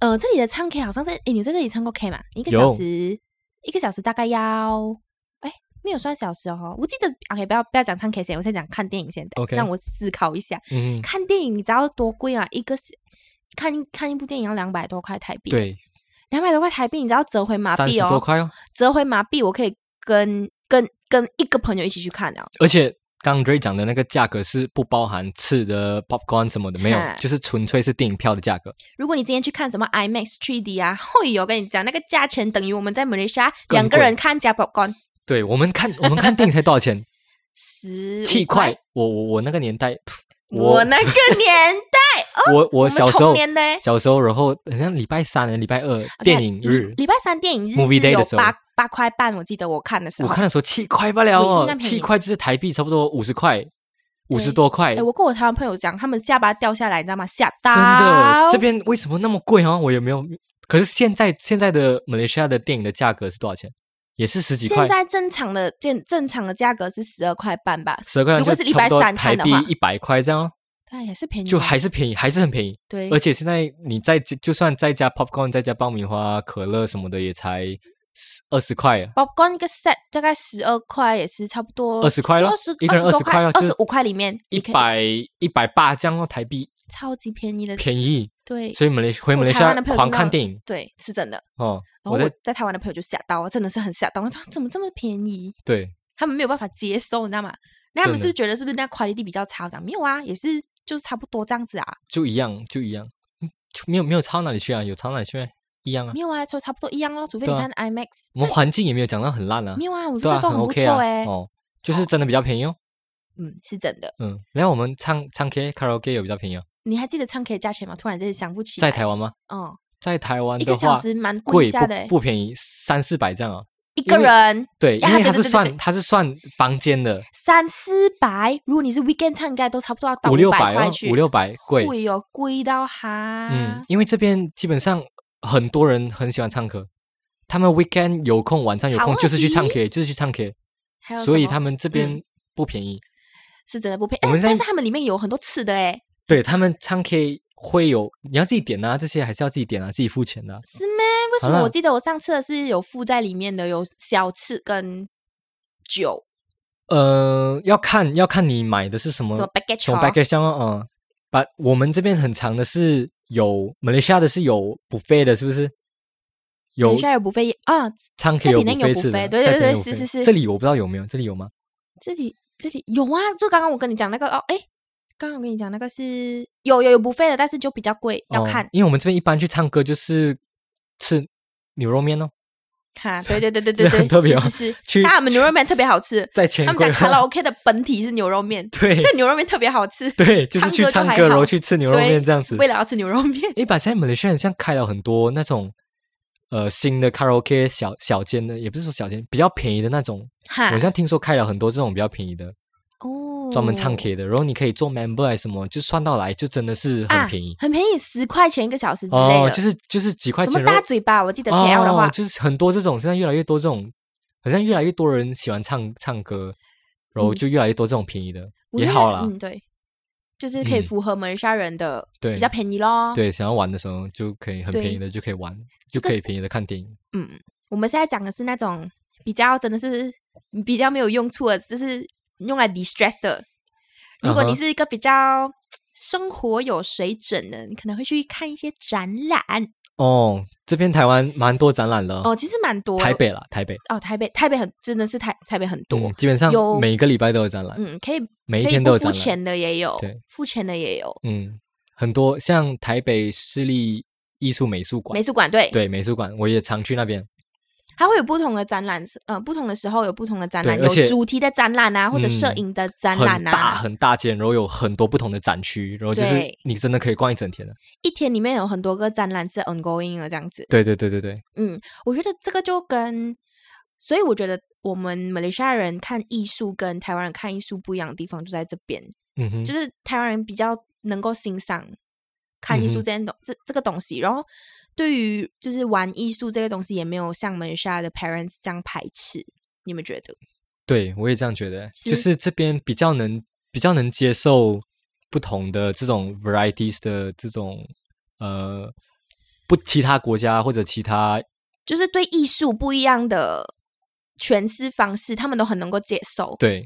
[SPEAKER 2] 呃，这里的唱 K 好像在诶，你在这里唱过 K 嘛？一个
[SPEAKER 1] 有
[SPEAKER 2] 小时，一个小时大概要哎没有算小时哦，我记得 OK，不要不要讲唱 K 先，我先讲看电影先
[SPEAKER 1] OK
[SPEAKER 2] 让我思考一下。
[SPEAKER 1] 嗯，
[SPEAKER 2] 看电影你知道多贵啊？一个是看一看一部电影要两百多块台币，，
[SPEAKER 1] 对，
[SPEAKER 2] 两百多块台币，你知道折回马
[SPEAKER 1] 三
[SPEAKER 2] 币
[SPEAKER 1] 十
[SPEAKER 2] 哦，
[SPEAKER 1] 多块哦，
[SPEAKER 2] 折回马币，我可以跟跟跟一个朋友一起去看了，
[SPEAKER 1] 而且刚 Ray 讲的那个价格是不包含吃的 popcorn 什么的，没有
[SPEAKER 2] 嗨，
[SPEAKER 1] 就是纯粹是电影票的价格，
[SPEAKER 2] 如果你今天去看什么 IMAX 3D 啊， 会有跟你讲那个价钱等于我们在马来西亚
[SPEAKER 1] 更贵
[SPEAKER 2] 两个人看加 popcorn
[SPEAKER 1] 对我们看我们看电影才多少钱？
[SPEAKER 2] 十
[SPEAKER 1] 七块，，我我我那个年代，噗我
[SPEAKER 2] 我那个年 代，
[SPEAKER 1] 我我
[SPEAKER 2] 哦们
[SPEAKER 1] 小时
[SPEAKER 2] 童
[SPEAKER 1] 候
[SPEAKER 2] 年嘞，
[SPEAKER 1] 小时候，然后好像礼拜三、礼拜二电影日，
[SPEAKER 2] 礼拜三电影日
[SPEAKER 1] Movie
[SPEAKER 2] 是
[SPEAKER 1] day
[SPEAKER 2] 有
[SPEAKER 1] 的时候
[SPEAKER 2] 八八块半，我记得我看的时
[SPEAKER 1] 我
[SPEAKER 2] 候，
[SPEAKER 1] 看的时候七块不了
[SPEAKER 2] 对这么
[SPEAKER 1] 哦，
[SPEAKER 2] 便宜
[SPEAKER 1] 七块就是台币差不多五十块，五十多块，
[SPEAKER 2] 哎、
[SPEAKER 1] 真
[SPEAKER 2] 我跟我台湾朋友讲，他们下巴掉下来，你知道吗？吓到哦
[SPEAKER 1] 的。这边为什么那么贵啊？我也没有。可是现在现在的马来西亚的电影的价格是多少钱？也是十几块
[SPEAKER 2] 现，在正常的正正常的价格是十二块半吧，
[SPEAKER 1] 十块
[SPEAKER 2] 如果是
[SPEAKER 1] 就
[SPEAKER 2] 礼
[SPEAKER 1] 差
[SPEAKER 2] 拜
[SPEAKER 1] 不多
[SPEAKER 2] 三
[SPEAKER 1] 台
[SPEAKER 2] 看的
[SPEAKER 1] 币
[SPEAKER 2] 话
[SPEAKER 1] 一百块这样哦，
[SPEAKER 2] 但也是便宜啊，
[SPEAKER 1] 就还是便宜，还是很便宜。
[SPEAKER 2] 对
[SPEAKER 1] 而且现在你再加就算再加 popcorn，再加爆米花、可乐什么的，也才二十块啊，
[SPEAKER 2] popcorn 一个 set 大概十二块，也是差不多
[SPEAKER 1] 20块咯
[SPEAKER 2] 哦二十
[SPEAKER 1] 一个人
[SPEAKER 2] 20多
[SPEAKER 1] 20块咯
[SPEAKER 2] 二
[SPEAKER 1] 就是
[SPEAKER 2] 十五块里面
[SPEAKER 1] 一
[SPEAKER 2] 你可以
[SPEAKER 1] 百一百八这样哦，台币
[SPEAKER 2] 超级便宜的，
[SPEAKER 1] 便宜。
[SPEAKER 2] 对
[SPEAKER 1] 所以马来回马来西
[SPEAKER 2] 我台
[SPEAKER 1] 亚
[SPEAKER 2] 湾的朋友
[SPEAKER 1] 狂
[SPEAKER 2] 听
[SPEAKER 1] 看
[SPEAKER 2] 到
[SPEAKER 1] 电影
[SPEAKER 2] 对是真的。
[SPEAKER 1] 哦，
[SPEAKER 2] 然
[SPEAKER 1] 我
[SPEAKER 2] 后我
[SPEAKER 1] 在
[SPEAKER 2] 在台湾的朋友就吓到，真的是很吓到，我说怎么这么便宜？
[SPEAKER 1] 对。
[SPEAKER 2] 他们没有办法接受，你知道吗？那他们
[SPEAKER 1] 真的
[SPEAKER 2] 是不是觉得是不是那 quality 比较差？我讲没有啊，也是就是差不多这样子啊，
[SPEAKER 1] 就一样，就一样，嗯就没有没有差到哪里去啊，有差到哪里去吗？一样啊
[SPEAKER 2] 没，有啊，就差不多一样咯，除非你
[SPEAKER 1] 对啊
[SPEAKER 2] 看 IMAX，
[SPEAKER 1] 我们环境也没有讲到很烂啊
[SPEAKER 2] 没，有啊，我觉
[SPEAKER 1] 对啊，
[SPEAKER 2] 得都
[SPEAKER 1] 很
[SPEAKER 2] 很不
[SPEAKER 1] OK
[SPEAKER 2] 错
[SPEAKER 1] 啊
[SPEAKER 2] 哎、，
[SPEAKER 1] 哦，就是真的比较便宜哦，
[SPEAKER 2] 嗯，是真的。
[SPEAKER 1] 嗯，然后我们唱唱 K 卡拉 OK 有比较便宜哦，
[SPEAKER 2] 你还记得唱 K 的价钱吗？突然之间想不起来。
[SPEAKER 1] 在台湾吗？
[SPEAKER 2] 哦，
[SPEAKER 1] 在台湾
[SPEAKER 2] 一个
[SPEAKER 1] 的
[SPEAKER 2] 小
[SPEAKER 1] 话，
[SPEAKER 2] 时蛮贵一
[SPEAKER 1] 贵
[SPEAKER 2] 下的欸、
[SPEAKER 1] 不不便宜，三四百这样啊，
[SPEAKER 2] 一个人
[SPEAKER 1] 对，因
[SPEAKER 2] 啊
[SPEAKER 1] 为
[SPEAKER 2] 对
[SPEAKER 1] 它是
[SPEAKER 2] 对对对
[SPEAKER 1] 算
[SPEAKER 2] 对
[SPEAKER 1] 它是算房间的，
[SPEAKER 2] 三四百，如果你是 weekend 唱，应该都差不多要到
[SPEAKER 1] 五六
[SPEAKER 2] 百
[SPEAKER 1] 百
[SPEAKER 2] 块
[SPEAKER 1] 哦，
[SPEAKER 2] 去，
[SPEAKER 1] 五六百贵，
[SPEAKER 2] 贵啊哦，贵到哈。
[SPEAKER 1] 嗯，因为这边基本上很多人很喜欢唱歌，他们 weekend 有空晚上有
[SPEAKER 2] 好
[SPEAKER 1] 空
[SPEAKER 2] 啊
[SPEAKER 1] 就是去唱
[SPEAKER 2] 咦
[SPEAKER 1] K，就是去唱 K，
[SPEAKER 2] 还有
[SPEAKER 1] 所以
[SPEAKER 2] 什么
[SPEAKER 1] 他们这
[SPEAKER 2] 嗯
[SPEAKER 1] 边不便宜。
[SPEAKER 2] 是真的不配。
[SPEAKER 1] 我
[SPEAKER 2] 哎
[SPEAKER 1] 们现在
[SPEAKER 2] 但是他们里面有很多吃的哎、
[SPEAKER 1] 对他们唱 K 会有，你要自己点啊，这些还是要自己点啊，自己付钱的啊、
[SPEAKER 2] 是咩？为什
[SPEAKER 1] 好
[SPEAKER 2] 么
[SPEAKER 1] 啦
[SPEAKER 2] 我记得我上次的是有附在里面的，有小吃跟酒，
[SPEAKER 1] 呃，要看要看你买的是什么
[SPEAKER 2] 什么 package
[SPEAKER 1] 什么
[SPEAKER 2] 哦
[SPEAKER 1] package 箱啊。嗯把我们这边很长的是有马来西亚的是有补费的，是不是？有
[SPEAKER 2] 等一下有补费啊，
[SPEAKER 1] 唱 K
[SPEAKER 2] 在
[SPEAKER 1] 有
[SPEAKER 2] 槟
[SPEAKER 1] 补
[SPEAKER 2] 城有
[SPEAKER 1] 费
[SPEAKER 2] 补
[SPEAKER 1] 是的，
[SPEAKER 2] 费对
[SPEAKER 1] 在槟
[SPEAKER 2] 对对
[SPEAKER 1] 城有
[SPEAKER 2] 是
[SPEAKER 1] 补
[SPEAKER 2] 是
[SPEAKER 1] 费
[SPEAKER 2] 是
[SPEAKER 1] 这里我不知道有没有，这里有吗？
[SPEAKER 2] 这里这里有啊，就刚刚我跟你讲那个哦，哎，刚刚我跟你讲那个是有有有补费的，但是就比较贵，要
[SPEAKER 1] 哦
[SPEAKER 2] 看
[SPEAKER 1] 因为我们这边一般去唱歌就是吃牛肉面哦，
[SPEAKER 2] 哈。对对对 对对
[SPEAKER 1] 这
[SPEAKER 2] 对，
[SPEAKER 1] 很特别哦
[SPEAKER 2] 是是是。
[SPEAKER 1] 去
[SPEAKER 2] 但他们牛肉面特别 好吃，
[SPEAKER 1] 在全
[SPEAKER 2] 他们
[SPEAKER 1] 国
[SPEAKER 2] 讲卡拉 OK 的本体是牛肉面，
[SPEAKER 1] 对
[SPEAKER 2] 但牛肉面特别好吃，
[SPEAKER 1] 对，就是
[SPEAKER 2] 唱
[SPEAKER 1] 去
[SPEAKER 2] 歌就
[SPEAKER 1] 唱
[SPEAKER 2] 还
[SPEAKER 1] 歌，然
[SPEAKER 2] 好
[SPEAKER 1] 后去吃牛肉
[SPEAKER 2] 对
[SPEAKER 1] 面这样子。
[SPEAKER 2] 为了要吃牛肉面，
[SPEAKER 1] 诶，把现在马来西亚好像开了很多那种呃新的卡拉 OK 小小间的，也不是说小间，比较便宜的那种。
[SPEAKER 2] 哈
[SPEAKER 1] 我像听说开了很多这种比较便宜的，
[SPEAKER 2] 哦，
[SPEAKER 1] 专门唱 K 的，然后你可以做 member 还是什么，就算到来就真的是
[SPEAKER 2] 啊
[SPEAKER 1] 很便宜、
[SPEAKER 2] 很便宜，十块钱一个小时之类
[SPEAKER 1] 哦，
[SPEAKER 2] 的，
[SPEAKER 1] 就是就是几块
[SPEAKER 2] 什
[SPEAKER 1] 钱。
[SPEAKER 2] 么
[SPEAKER 1] 然
[SPEAKER 2] 大
[SPEAKER 1] 后
[SPEAKER 2] 嘴巴，我记得 KL 的话
[SPEAKER 1] 哦，，就是很多这种，现在越来越多这种，好像越来越多人喜欢唱唱歌，然后
[SPEAKER 2] 嗯
[SPEAKER 1] 就越来越多这种便宜的，
[SPEAKER 2] 我
[SPEAKER 1] 也
[SPEAKER 2] 觉得
[SPEAKER 1] 好啦。
[SPEAKER 2] 嗯，对，就是可以
[SPEAKER 1] 嗯
[SPEAKER 2] 符合马来西亚人的
[SPEAKER 1] 对
[SPEAKER 2] 比较便宜咯。
[SPEAKER 1] 对，想要玩的时候就可以很便宜的就可以玩，就
[SPEAKER 2] 这个
[SPEAKER 1] 可以便宜的看电影。
[SPEAKER 2] 嗯，我们现在讲的是那种比较真的是比较没有用处的，就是用来 distress 的。如果
[SPEAKER 1] 嗯哼
[SPEAKER 2] 你是一个比较生活有水准的，你可能会去看一些展览
[SPEAKER 1] 哦，这边台湾蛮多展览的
[SPEAKER 2] 哦，其实蛮多。
[SPEAKER 1] 台北啦，台北
[SPEAKER 2] 哦，台北台北很真的是台台北很多，
[SPEAKER 1] 嗯基本上
[SPEAKER 2] 有
[SPEAKER 1] 每个礼拜都有展览，
[SPEAKER 2] 嗯，可以
[SPEAKER 1] 每一
[SPEAKER 2] 可以
[SPEAKER 1] 天都
[SPEAKER 2] 不
[SPEAKER 1] 有
[SPEAKER 2] 付
[SPEAKER 1] 展览。
[SPEAKER 2] 钱的也有
[SPEAKER 1] 对，
[SPEAKER 2] 付钱的也有，
[SPEAKER 1] 嗯，很多像台北市立艺术美术馆，
[SPEAKER 2] 美术馆对，
[SPEAKER 1] 对美术馆，我也常去那边。
[SPEAKER 2] 它会有不同的展览，呃，不同的时候有不同的展览，
[SPEAKER 1] 对而且
[SPEAKER 2] 有主题的展览啊，或者摄
[SPEAKER 1] 嗯
[SPEAKER 2] 影的展
[SPEAKER 1] 很
[SPEAKER 2] 览
[SPEAKER 1] 大
[SPEAKER 2] 啊，
[SPEAKER 1] 很大间，然后有很多不同的展区，然后就是
[SPEAKER 2] 对
[SPEAKER 1] 你真的可以逛一整天的。
[SPEAKER 2] 一天里面有很多个展览是 ongoing 的这样子。
[SPEAKER 1] 对对对对对，
[SPEAKER 2] 嗯，我觉得这个就跟，所以我觉得我们马来西亚人看艺术跟台湾人看艺术不一样的地方就在这边，
[SPEAKER 1] 嗯哼
[SPEAKER 2] 就，是台湾人比较能够欣赏看艺
[SPEAKER 1] 嗯
[SPEAKER 2] 术这
[SPEAKER 1] 哼
[SPEAKER 2] 件东、这这个东西，然后对于就是玩艺术这个东西也没有像马来西亚的 parents 这样排斥，你们觉得？
[SPEAKER 1] 对我也这样觉得，
[SPEAKER 2] 是
[SPEAKER 1] 就是这边比较能比较能接受不同的这种 varieties 的这种呃不其他国家或者其他
[SPEAKER 2] 就是对艺术不一样的诠释方式，他们都很能够接受，
[SPEAKER 1] 对，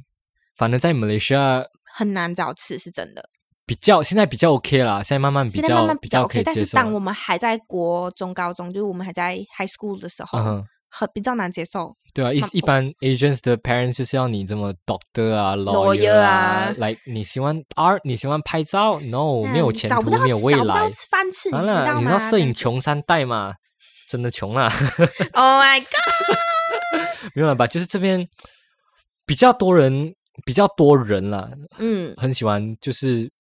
[SPEAKER 1] 反正在马来西亚
[SPEAKER 2] 很难找吃是真的。
[SPEAKER 1] 比较现在比较 OK 啦，现在慢慢比
[SPEAKER 2] 现
[SPEAKER 1] 较
[SPEAKER 2] 在慢慢
[SPEAKER 1] 比
[SPEAKER 2] 较
[SPEAKER 1] 可
[SPEAKER 2] OK，
[SPEAKER 1] 以
[SPEAKER 2] 但
[SPEAKER 1] 接
[SPEAKER 2] 是
[SPEAKER 1] 受
[SPEAKER 2] 当
[SPEAKER 1] 了。
[SPEAKER 2] 我们还在国中、高中，就是我们还在 high school 的时候，
[SPEAKER 1] 嗯哼，
[SPEAKER 2] 很比较难接受。
[SPEAKER 1] 对啊，一
[SPEAKER 2] 那
[SPEAKER 1] 一般 agents 的 parents 就是要你这么 doctor 啊
[SPEAKER 2] Lawyer
[SPEAKER 1] ，lawyer 啊
[SPEAKER 2] 啊
[SPEAKER 1] ，like 你喜欢 art，你喜欢拍照，no
[SPEAKER 2] 嗯
[SPEAKER 1] 没有前
[SPEAKER 2] 找
[SPEAKER 1] 途
[SPEAKER 2] 不到，
[SPEAKER 1] 没有未
[SPEAKER 2] 找不
[SPEAKER 1] 来
[SPEAKER 2] 到，饭吃，你
[SPEAKER 1] 完
[SPEAKER 2] 知
[SPEAKER 1] 了，
[SPEAKER 2] 道
[SPEAKER 1] 你知
[SPEAKER 2] 吗？
[SPEAKER 1] 道摄影穷三代嘛？真的穷啦，
[SPEAKER 2] ，Oh my god！
[SPEAKER 1] 没有了吧？就是这边比较多人，比较多人啦，
[SPEAKER 2] 嗯
[SPEAKER 1] 很喜欢就是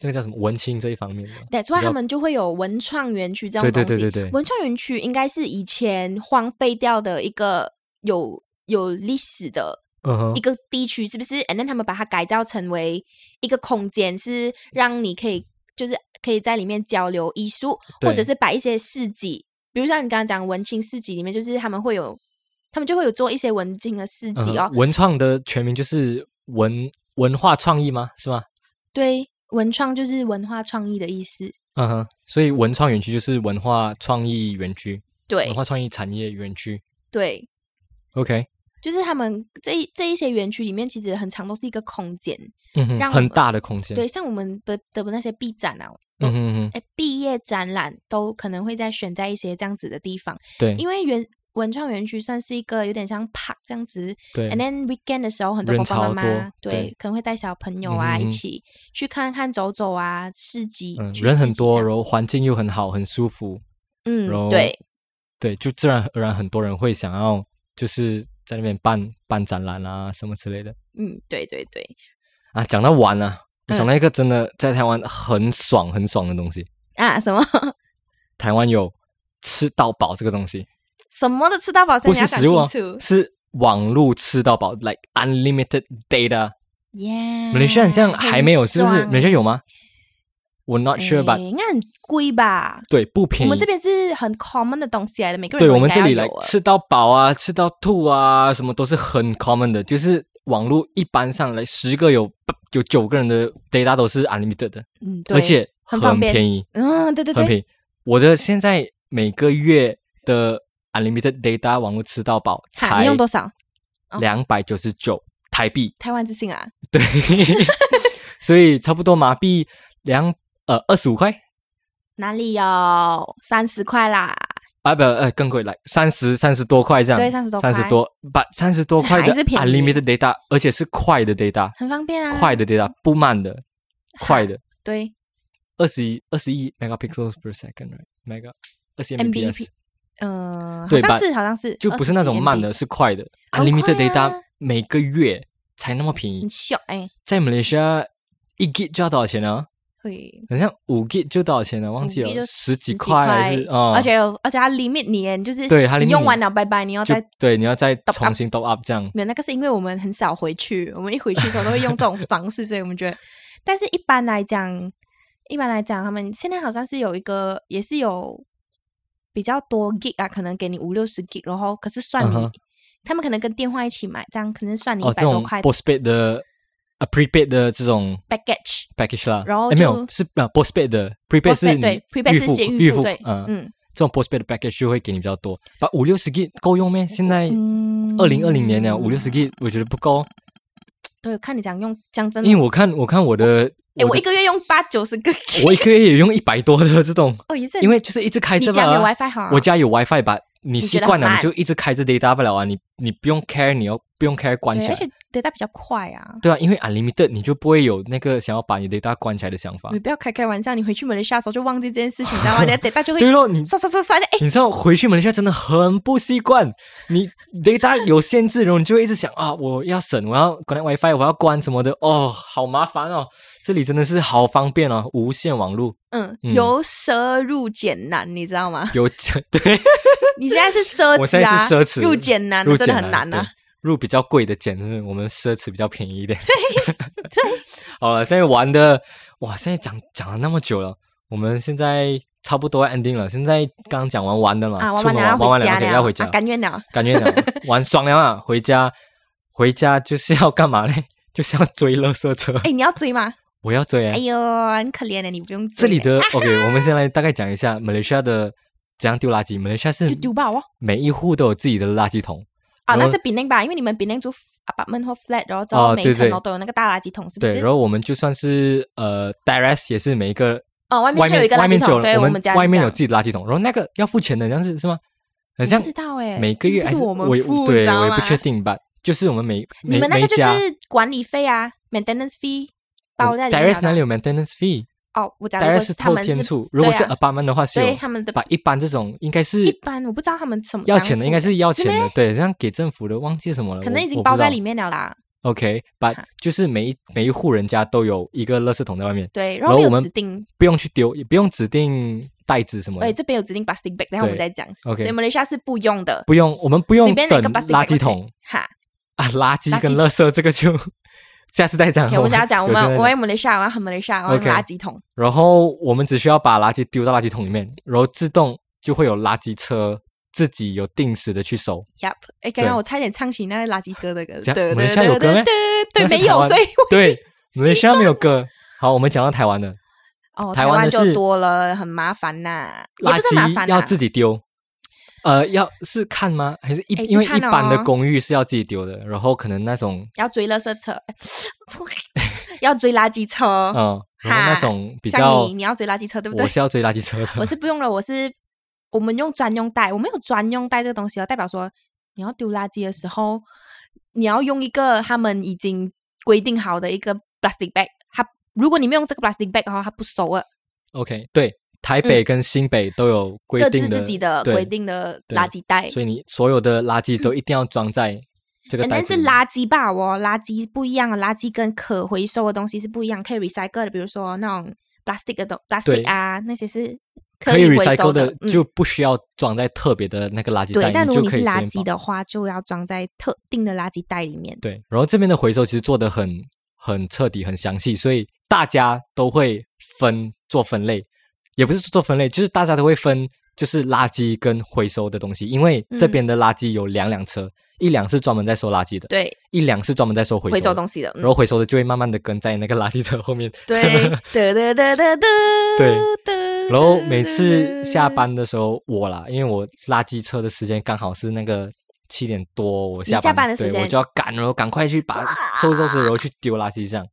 [SPEAKER 1] 那个叫什么文青这一方面的。
[SPEAKER 2] ，That's
[SPEAKER 1] 比
[SPEAKER 2] why
[SPEAKER 1] 较
[SPEAKER 2] 他们就会有文创园区这种
[SPEAKER 1] 对
[SPEAKER 2] 东
[SPEAKER 1] 对
[SPEAKER 2] 西。
[SPEAKER 1] 对对对，
[SPEAKER 2] 文创园区应该是以前荒废掉的一个有有历史的
[SPEAKER 1] 嗯哼
[SPEAKER 2] 一，个地区，是不是？And then 他们把它改造成为一个空间，是让你可以就是可以在里面交流艺术，
[SPEAKER 1] 对
[SPEAKER 2] 或者是摆一些市集，比如像你刚刚讲文青市集里面，就是他们会有，他们就会有做一些文青的市
[SPEAKER 1] 嗯
[SPEAKER 2] 集哦
[SPEAKER 1] 哼，文创的全名就是文文化创意吗？是吗？
[SPEAKER 2] 对，文创就是文化创意的意思。
[SPEAKER 1] 嗯哼，所以文创园区就是文化创意园区，
[SPEAKER 2] 对
[SPEAKER 1] 文化创意产业园区。
[SPEAKER 2] 对，
[SPEAKER 1] OK，
[SPEAKER 2] 就是他们这一这一些园区里面，其实很长都是一个空间。
[SPEAKER 1] 嗯哼，
[SPEAKER 2] 让我
[SPEAKER 1] 很
[SPEAKER 2] 们
[SPEAKER 1] 大的空间。
[SPEAKER 2] 对，像我们的的那些 B 展啊，
[SPEAKER 1] 嗯哼嗯哼，
[SPEAKER 2] 哎，毕业展览都可能会在选在一些这样子的地方，
[SPEAKER 1] 对
[SPEAKER 2] 因为园文创园区算是一个有点像 park 这样子
[SPEAKER 1] 对
[SPEAKER 2] ，and then weekend 的时候很多
[SPEAKER 1] 人
[SPEAKER 2] 爸爸妈
[SPEAKER 1] 潮多
[SPEAKER 2] 妈
[SPEAKER 1] 对
[SPEAKER 2] 对可能会带小朋友啊、
[SPEAKER 1] 嗯哼嗯
[SPEAKER 2] 一起去看看走走啊，市集，
[SPEAKER 1] 嗯，
[SPEAKER 2] 去
[SPEAKER 1] 人
[SPEAKER 2] 市
[SPEAKER 1] 很
[SPEAKER 2] 集
[SPEAKER 1] 多，
[SPEAKER 2] 这样
[SPEAKER 1] 然后环境又很好，很舒服。然后
[SPEAKER 2] 嗯，对，
[SPEAKER 1] 对，就自然而然很多人会想要就是在那边办办展览啊什么之类的
[SPEAKER 2] 嗯，对对对，
[SPEAKER 1] 啊。讲到玩啊，我想
[SPEAKER 2] 嗯
[SPEAKER 1] 到一个真的在台湾很爽很爽的东西，
[SPEAKER 2] 啊，什么
[SPEAKER 1] 台湾有吃到饱这个东西，
[SPEAKER 2] 什么的吃到饱，
[SPEAKER 1] 不
[SPEAKER 2] 你要
[SPEAKER 1] 是
[SPEAKER 2] 讲
[SPEAKER 1] 食物、
[SPEAKER 2] 清
[SPEAKER 1] 啊
[SPEAKER 2] 楚，
[SPEAKER 1] 是网络吃到饱，like unlimited data。
[SPEAKER 2] ，yeah，
[SPEAKER 1] 马来西亚好像还没有，
[SPEAKER 2] 嗯很
[SPEAKER 1] 是不是？
[SPEAKER 2] 爽
[SPEAKER 1] 马来西亚有吗？We're not sure，but
[SPEAKER 2] 哎应该很贵吧？
[SPEAKER 1] 对，不便
[SPEAKER 2] 我
[SPEAKER 1] 宜。
[SPEAKER 2] 们这边是很 common 的东西来的，每个人
[SPEAKER 1] 对
[SPEAKER 2] 都
[SPEAKER 1] 我
[SPEAKER 2] 应
[SPEAKER 1] 们
[SPEAKER 2] 该
[SPEAKER 1] 这
[SPEAKER 2] 要
[SPEAKER 1] 里
[SPEAKER 2] 有
[SPEAKER 1] 来
[SPEAKER 2] 啊
[SPEAKER 1] 吃到饱啊，吃到吐啊，什么都是很 common 的，就是网络一般上来十个有八有九个人的 data 都是 unlimited 的，
[SPEAKER 2] 嗯，对
[SPEAKER 1] 而且
[SPEAKER 2] 很方便
[SPEAKER 1] 便宜，
[SPEAKER 2] 嗯，对对
[SPEAKER 1] 很
[SPEAKER 2] 对，
[SPEAKER 1] 便宜。我的现在每个月的 unlimited data 网络吃到饱
[SPEAKER 2] 哈，
[SPEAKER 1] 才
[SPEAKER 2] 啊你用多少？哦
[SPEAKER 1] 两百九十九台币，
[SPEAKER 2] 台湾之星啊，
[SPEAKER 1] 对， 所以差不多马币两呃二十五块
[SPEAKER 2] 哪里有三十块啦？
[SPEAKER 1] 啊不呃更贵来三十三十多块这样，
[SPEAKER 2] 对30多块
[SPEAKER 1] 三十多把三十多块的
[SPEAKER 2] 还是便宜
[SPEAKER 1] unlimited data，而且是快的 data，、
[SPEAKER 2] 很方便啊，
[SPEAKER 1] 快的 data 不慢 的，快的
[SPEAKER 2] 对
[SPEAKER 1] 二十一二十一 megapixels per second，mega 二十
[SPEAKER 2] MBP
[SPEAKER 1] mbps，
[SPEAKER 2] 嗯，好
[SPEAKER 1] 对
[SPEAKER 2] 像
[SPEAKER 1] 吧
[SPEAKER 2] 是好像是，
[SPEAKER 1] 就不是那种慢的，
[SPEAKER 2] 20几 MB，
[SPEAKER 1] 是快的
[SPEAKER 2] 好快啊
[SPEAKER 1] unlimited data 每个月才那么便宜
[SPEAKER 2] 很，小哎，
[SPEAKER 1] 在马来西亚一 G 就要多少钱呢？
[SPEAKER 2] 会
[SPEAKER 1] 好像五 G 就多少钱啊呢？忘记
[SPEAKER 2] 五 G
[SPEAKER 1] 了，
[SPEAKER 2] 就
[SPEAKER 1] 十几
[SPEAKER 2] 几
[SPEAKER 1] 块还是啊？
[SPEAKER 2] 而且有而且它 limit 你，就是
[SPEAKER 1] 对它 limit
[SPEAKER 2] 你用
[SPEAKER 1] 你
[SPEAKER 2] 完了拜拜，你要
[SPEAKER 1] 就
[SPEAKER 2] 再
[SPEAKER 1] 对，你要再
[SPEAKER 2] up
[SPEAKER 1] 重新 top up 这样。
[SPEAKER 2] 没有，那个是因为我们很少回去，我们一回去的时候都会用这种方式，所以我们觉得，但是一般来讲，一般来讲，他们现在好像是有一个，也是有比较多 gig 啊，可能给你五六十 gig，然后可是算你
[SPEAKER 1] 嗯哼
[SPEAKER 2] 他们可能跟电话一起买，这样可能算你
[SPEAKER 1] 哦这
[SPEAKER 2] 一，百多
[SPEAKER 1] 种
[SPEAKER 2] 块
[SPEAKER 1] postpaid 的啊 prepaid 的这种
[SPEAKER 2] package。
[SPEAKER 1] package 啦，
[SPEAKER 2] 然后
[SPEAKER 1] 诶没有
[SPEAKER 2] 就是
[SPEAKER 1] 啊 postpaid 的 prepaid 是
[SPEAKER 2] postpaid，
[SPEAKER 1] 你
[SPEAKER 2] 对 prepaid 是先
[SPEAKER 1] 预
[SPEAKER 2] 预
[SPEAKER 1] 付
[SPEAKER 2] 付
[SPEAKER 1] 付
[SPEAKER 2] 对
[SPEAKER 1] 嗯，
[SPEAKER 2] 嗯
[SPEAKER 1] 这种 postpaid 的 package 就会给你比较多，把五六十 G 够用咩？现在
[SPEAKER 2] 嗯，
[SPEAKER 1] 二零二零年了，五六十 G 我觉得不够，
[SPEAKER 2] 对，看你讲用，讲真的，
[SPEAKER 1] 因为我看我看我的，
[SPEAKER 2] 诶我
[SPEAKER 1] 的
[SPEAKER 2] 一个月用八九十个 gig，
[SPEAKER 1] 我一个月也用一百多 的这种，
[SPEAKER 2] 哦，也是很
[SPEAKER 1] 因为就是一直开
[SPEAKER 2] 你
[SPEAKER 1] 着
[SPEAKER 2] 家没有
[SPEAKER 1] 吧，
[SPEAKER 2] WiFi 好啊，
[SPEAKER 1] 我家有 WiFi 吧。你习
[SPEAKER 2] 觉得
[SPEAKER 1] 惯了，
[SPEAKER 2] 很
[SPEAKER 1] 你
[SPEAKER 2] 慢
[SPEAKER 1] 就一直开着 data 不了啊，你你不用 care，你要不用 care 关
[SPEAKER 2] 对，
[SPEAKER 1] 起来
[SPEAKER 2] 而，且 data 比较快啊。
[SPEAKER 1] 对啊，因为 unlimited 你就不会有那个想要把你 data 关起来的想法
[SPEAKER 2] 你。不要开开玩笑，你回去马来西亚的时候就忘记这件事情，你知道吗？你等大就 会
[SPEAKER 1] 对咯，你
[SPEAKER 2] 刷刷刷刷的，哎、
[SPEAKER 1] 你知道回去马来西亚真的很不习惯，你 data 有限制，然后你就会一直想啊，我要省，我要 connect WiFi，我要关什么的，哦，好麻烦哦。这里真的是好方便哦，无线网络
[SPEAKER 2] 嗯，
[SPEAKER 1] 嗯
[SPEAKER 2] 由奢入俭难，你知道吗？
[SPEAKER 1] 有 对
[SPEAKER 2] 你现在是奢侈啊，
[SPEAKER 1] 我现在是奢侈
[SPEAKER 2] 入俭难，
[SPEAKER 1] 入
[SPEAKER 2] 真的很
[SPEAKER 1] 难
[SPEAKER 2] 难啊。
[SPEAKER 1] 入比较贵的简，就是我们奢侈比较便宜 一点。对对， 好了，现在玩的哇，现在讲讲了那么久了，我们现在差不多要 ending 了。现在刚讲完玩的嘛，
[SPEAKER 2] 啊，玩
[SPEAKER 1] 出
[SPEAKER 2] 完
[SPEAKER 1] 门
[SPEAKER 2] 了
[SPEAKER 1] 玩完
[SPEAKER 2] 回家
[SPEAKER 1] 了，要回家
[SPEAKER 2] 啊，，甘愿了。
[SPEAKER 1] 感觉讲玩爽了嘛，回家 回家就是要干嘛嘞？ 就是要追垃圾车。
[SPEAKER 2] 哎、你要追吗？
[SPEAKER 1] 我要追、啊
[SPEAKER 2] 哎呦，很可怜的，你不用追
[SPEAKER 1] 这里的 OK，我们先来大概讲一下马来西亚的怎样丢垃圾。马来西亚是
[SPEAKER 2] 就丢吧哦。
[SPEAKER 1] 每一户都有自己的垃圾桶，
[SPEAKER 2] 啊，
[SPEAKER 1] 然后
[SPEAKER 2] 那是比邻吧，因为你们比邻住 apartment 或 flat，然后之
[SPEAKER 1] 哦
[SPEAKER 2] 后每
[SPEAKER 1] 对
[SPEAKER 2] 一层
[SPEAKER 1] 对
[SPEAKER 2] 楼都有那个大垃圾桶，是不
[SPEAKER 1] 对。
[SPEAKER 2] 是
[SPEAKER 1] 然？后我们就算是呃 d i r e s 也是每一个
[SPEAKER 2] 哦，外
[SPEAKER 1] 外
[SPEAKER 2] 就有
[SPEAKER 1] 面
[SPEAKER 2] 一个
[SPEAKER 1] 外
[SPEAKER 2] 垃圾
[SPEAKER 1] 面就
[SPEAKER 2] 桶，对
[SPEAKER 1] 有我
[SPEAKER 2] 们家是
[SPEAKER 1] 外面
[SPEAKER 2] 这
[SPEAKER 1] 有
[SPEAKER 2] 样
[SPEAKER 1] 自己的垃圾桶，然后那个要付钱的，像是是吗？很像
[SPEAKER 2] 不知道哎、
[SPEAKER 1] 每个月
[SPEAKER 2] 不
[SPEAKER 1] 还
[SPEAKER 2] 是
[SPEAKER 1] 是
[SPEAKER 2] 我们
[SPEAKER 1] 我也
[SPEAKER 2] 付，你
[SPEAKER 1] 对
[SPEAKER 2] 知道
[SPEAKER 1] 我也
[SPEAKER 2] 吗
[SPEAKER 1] 不？确定吧，就是我们每
[SPEAKER 2] 你
[SPEAKER 1] 每
[SPEAKER 2] 们那
[SPEAKER 1] 每
[SPEAKER 2] 个就
[SPEAKER 1] 家
[SPEAKER 2] 是管理费啊，maintenance fee 包在里面
[SPEAKER 1] direct
[SPEAKER 2] 了
[SPEAKER 1] 哪里有
[SPEAKER 2] 吧。
[SPEAKER 1] maintenance fee？
[SPEAKER 2] 哦，我讲如果
[SPEAKER 1] direct
[SPEAKER 2] 是他
[SPEAKER 1] 透
[SPEAKER 2] 们
[SPEAKER 1] 天
[SPEAKER 2] 是，
[SPEAKER 1] 处，如果
[SPEAKER 2] 对
[SPEAKER 1] 是
[SPEAKER 2] 啊
[SPEAKER 1] apartment 的话是
[SPEAKER 2] 所以
[SPEAKER 1] 有
[SPEAKER 2] 他们的
[SPEAKER 1] 把一般这种应该是
[SPEAKER 2] 一般我不知道他们什么
[SPEAKER 1] 要
[SPEAKER 2] 怎样
[SPEAKER 1] 钱的，
[SPEAKER 2] 付
[SPEAKER 1] 应该是要
[SPEAKER 2] 是
[SPEAKER 1] 钱的
[SPEAKER 2] 咩，
[SPEAKER 1] 对，像给政府的忘记什么了，
[SPEAKER 2] 可
[SPEAKER 1] 我
[SPEAKER 2] 能已
[SPEAKER 1] 我
[SPEAKER 2] 经
[SPEAKER 1] 不
[SPEAKER 2] 包
[SPEAKER 1] 知
[SPEAKER 2] 在
[SPEAKER 1] 道
[SPEAKER 2] 里面了啦。
[SPEAKER 1] OK，把
[SPEAKER 2] 哈
[SPEAKER 1] 就是每一每一户人家都有一个垃圾桶在外面，
[SPEAKER 2] 对，然
[SPEAKER 1] 然
[SPEAKER 2] 后
[SPEAKER 1] 后
[SPEAKER 2] 没
[SPEAKER 1] 我
[SPEAKER 2] 有
[SPEAKER 1] 们
[SPEAKER 2] 指定，
[SPEAKER 1] 不用去丢，也不用指定袋子什么
[SPEAKER 2] 哎，
[SPEAKER 1] 的，
[SPEAKER 2] 这边有指定 plastic bag，然后我们
[SPEAKER 1] 对
[SPEAKER 2] 再讲。所
[SPEAKER 1] OK
[SPEAKER 2] 以 Malaysia 是不用的，
[SPEAKER 1] 不用，我们不用
[SPEAKER 2] 随便哪
[SPEAKER 1] 等
[SPEAKER 2] 个 plastic bag
[SPEAKER 1] 垃圾
[SPEAKER 2] 都可以
[SPEAKER 1] 桶
[SPEAKER 2] 哈。
[SPEAKER 1] 啊，垃圾
[SPEAKER 2] 垃
[SPEAKER 1] 跟
[SPEAKER 2] 圾
[SPEAKER 1] 垃圾这个就下次再讲。
[SPEAKER 2] OK，我们想 要讲，我
[SPEAKER 1] 有时
[SPEAKER 2] 们
[SPEAKER 1] 间
[SPEAKER 2] 我
[SPEAKER 1] 再
[SPEAKER 2] 爱
[SPEAKER 1] 讲
[SPEAKER 2] Malaysia，我要很 Malaysia，我要
[SPEAKER 1] OK
[SPEAKER 2] 垃圾桶。
[SPEAKER 1] 然后我们只需要把垃圾丢到垃圾桶里面，然后自动就会有垃圾车自己有定时的去收。
[SPEAKER 2] Yup，哎，刚
[SPEAKER 1] 对
[SPEAKER 2] 刚我差点唱起那个垃圾歌的歌，
[SPEAKER 1] 这样
[SPEAKER 2] 对
[SPEAKER 1] 马来
[SPEAKER 2] 对
[SPEAKER 1] 西亚有
[SPEAKER 2] 对
[SPEAKER 1] 歌咩
[SPEAKER 2] 对对，对
[SPEAKER 1] 那是
[SPEAKER 2] 没
[SPEAKER 1] 台
[SPEAKER 2] 有，
[SPEAKER 1] 湾
[SPEAKER 2] 所以
[SPEAKER 1] 对，马来西亚没有歌。好，我们讲到台湾的
[SPEAKER 2] 哦，
[SPEAKER 1] 台
[SPEAKER 2] 台
[SPEAKER 1] 湾
[SPEAKER 2] 湾
[SPEAKER 1] 的
[SPEAKER 2] 就是多了，很麻烦呐，也
[SPEAKER 1] 垃
[SPEAKER 2] 不是麻烦啊
[SPEAKER 1] 圾
[SPEAKER 2] 啦
[SPEAKER 1] 要自己丢。呃，要是看吗？还是一
[SPEAKER 2] 诶是
[SPEAKER 1] 因为一
[SPEAKER 2] 看哦
[SPEAKER 1] 般的公寓是要自己丢的，然后可能那种
[SPEAKER 2] 要追垃圾车， 要追垃圾车。
[SPEAKER 1] 嗯，然后
[SPEAKER 2] 哈
[SPEAKER 1] 那种比
[SPEAKER 2] 哦像
[SPEAKER 1] 较
[SPEAKER 2] 你，你要追垃圾车对不对
[SPEAKER 1] 我？是要追垃圾车的。
[SPEAKER 2] 我是不用了，我是我们用专用袋，我们有专用袋这个东西哦，代表说你要丢垃圾的时候，你要用一个他们已经规定好的一个 plastic bag，它如果你没有用这个 plastic bag 哦的话，它不收了，
[SPEAKER 1] OK，对，台北跟新北都有规
[SPEAKER 2] 嗯各
[SPEAKER 1] 定
[SPEAKER 2] 自
[SPEAKER 1] 的
[SPEAKER 2] 自己的
[SPEAKER 1] 对
[SPEAKER 2] 规定的
[SPEAKER 1] 对
[SPEAKER 2] 垃圾袋。
[SPEAKER 1] 所以你所有的垃圾都一定要装在这个
[SPEAKER 2] 但
[SPEAKER 1] 袋
[SPEAKER 2] 嗯但
[SPEAKER 1] 子
[SPEAKER 2] 是
[SPEAKER 1] 里面。
[SPEAKER 2] 垃圾吧，哦，垃圾不一样，垃圾跟可回收的东西是不一样，可以 recycle 的，比如说那种 plastic 的东 plastic 啊，那些是
[SPEAKER 1] 可
[SPEAKER 2] 以回收
[SPEAKER 1] recycle
[SPEAKER 2] 的，嗯
[SPEAKER 1] 就不需要装在特别的那个垃圾袋，
[SPEAKER 2] 对，但如
[SPEAKER 1] 你就
[SPEAKER 2] 果你
[SPEAKER 1] 可
[SPEAKER 2] 是
[SPEAKER 1] 以
[SPEAKER 2] 垃
[SPEAKER 1] 随便
[SPEAKER 2] 圾
[SPEAKER 1] 放
[SPEAKER 2] 的话，就要装在特定的垃圾袋里面。
[SPEAKER 1] 对，然后这边的回收其实做的很很彻底、很详细，所以大家都会分做分类，也不是做分类，就是大家都会分就是垃圾跟回收的东西，因为
[SPEAKER 2] 嗯
[SPEAKER 1] 这边的垃圾有两辆车，一辆是专门在收垃圾的，
[SPEAKER 2] 对，
[SPEAKER 1] 一辆是专门在收回收
[SPEAKER 2] 回收
[SPEAKER 1] 的
[SPEAKER 2] 东西的。嗯
[SPEAKER 1] 然后回收的就会慢慢的跟在那个垃圾车后面，
[SPEAKER 2] 对，对对对对对
[SPEAKER 1] 对
[SPEAKER 2] 对
[SPEAKER 1] 然后每次下，班的时候，我啦，因为我垃圾车的时间刚好是那个七点多，我下班
[SPEAKER 2] 下班的时
[SPEAKER 1] 对
[SPEAKER 2] 间
[SPEAKER 1] 我就要赶，然后赶快去把收拾收拾，然后去丢垃圾箱，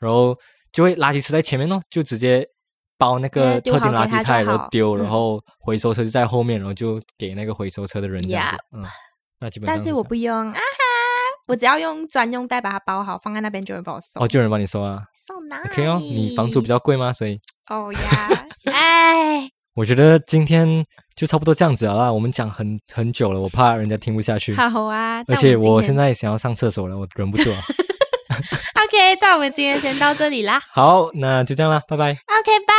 [SPEAKER 1] 然后就会垃圾车在前面哦，就直接包那个
[SPEAKER 2] 哎丢
[SPEAKER 1] 特
[SPEAKER 2] 好
[SPEAKER 1] 定垃
[SPEAKER 2] 给
[SPEAKER 1] 圾
[SPEAKER 2] 他就
[SPEAKER 1] 袋，然后
[SPEAKER 2] 好
[SPEAKER 1] 丢，然
[SPEAKER 2] 嗯
[SPEAKER 1] 后回收车就在后面，然后就给那个回收车的人这样子。嗯，那基本上
[SPEAKER 2] 但是我
[SPEAKER 1] 这样
[SPEAKER 2] 不用啊哈，我只要用专用袋把它包好，放在那边就会帮我收
[SPEAKER 1] 哦，。就有人帮你收啊
[SPEAKER 2] So nice。
[SPEAKER 1] ，OK 哦，你房租比较贵吗？所以
[SPEAKER 2] 哦呀， 哎，
[SPEAKER 1] 我觉得今天就差不多这样子了啦，我们讲很很久了，我怕人家听不下去。
[SPEAKER 2] 好啊。
[SPEAKER 1] 而
[SPEAKER 2] 那
[SPEAKER 1] 且
[SPEAKER 2] 们今
[SPEAKER 1] 我
[SPEAKER 2] 天
[SPEAKER 1] 现在想要上厕所了，我忍不住了。
[SPEAKER 2] OK，那我们今天先到这里啦。
[SPEAKER 1] 好，那就这样啦，拜拜。
[SPEAKER 2] OK，拜。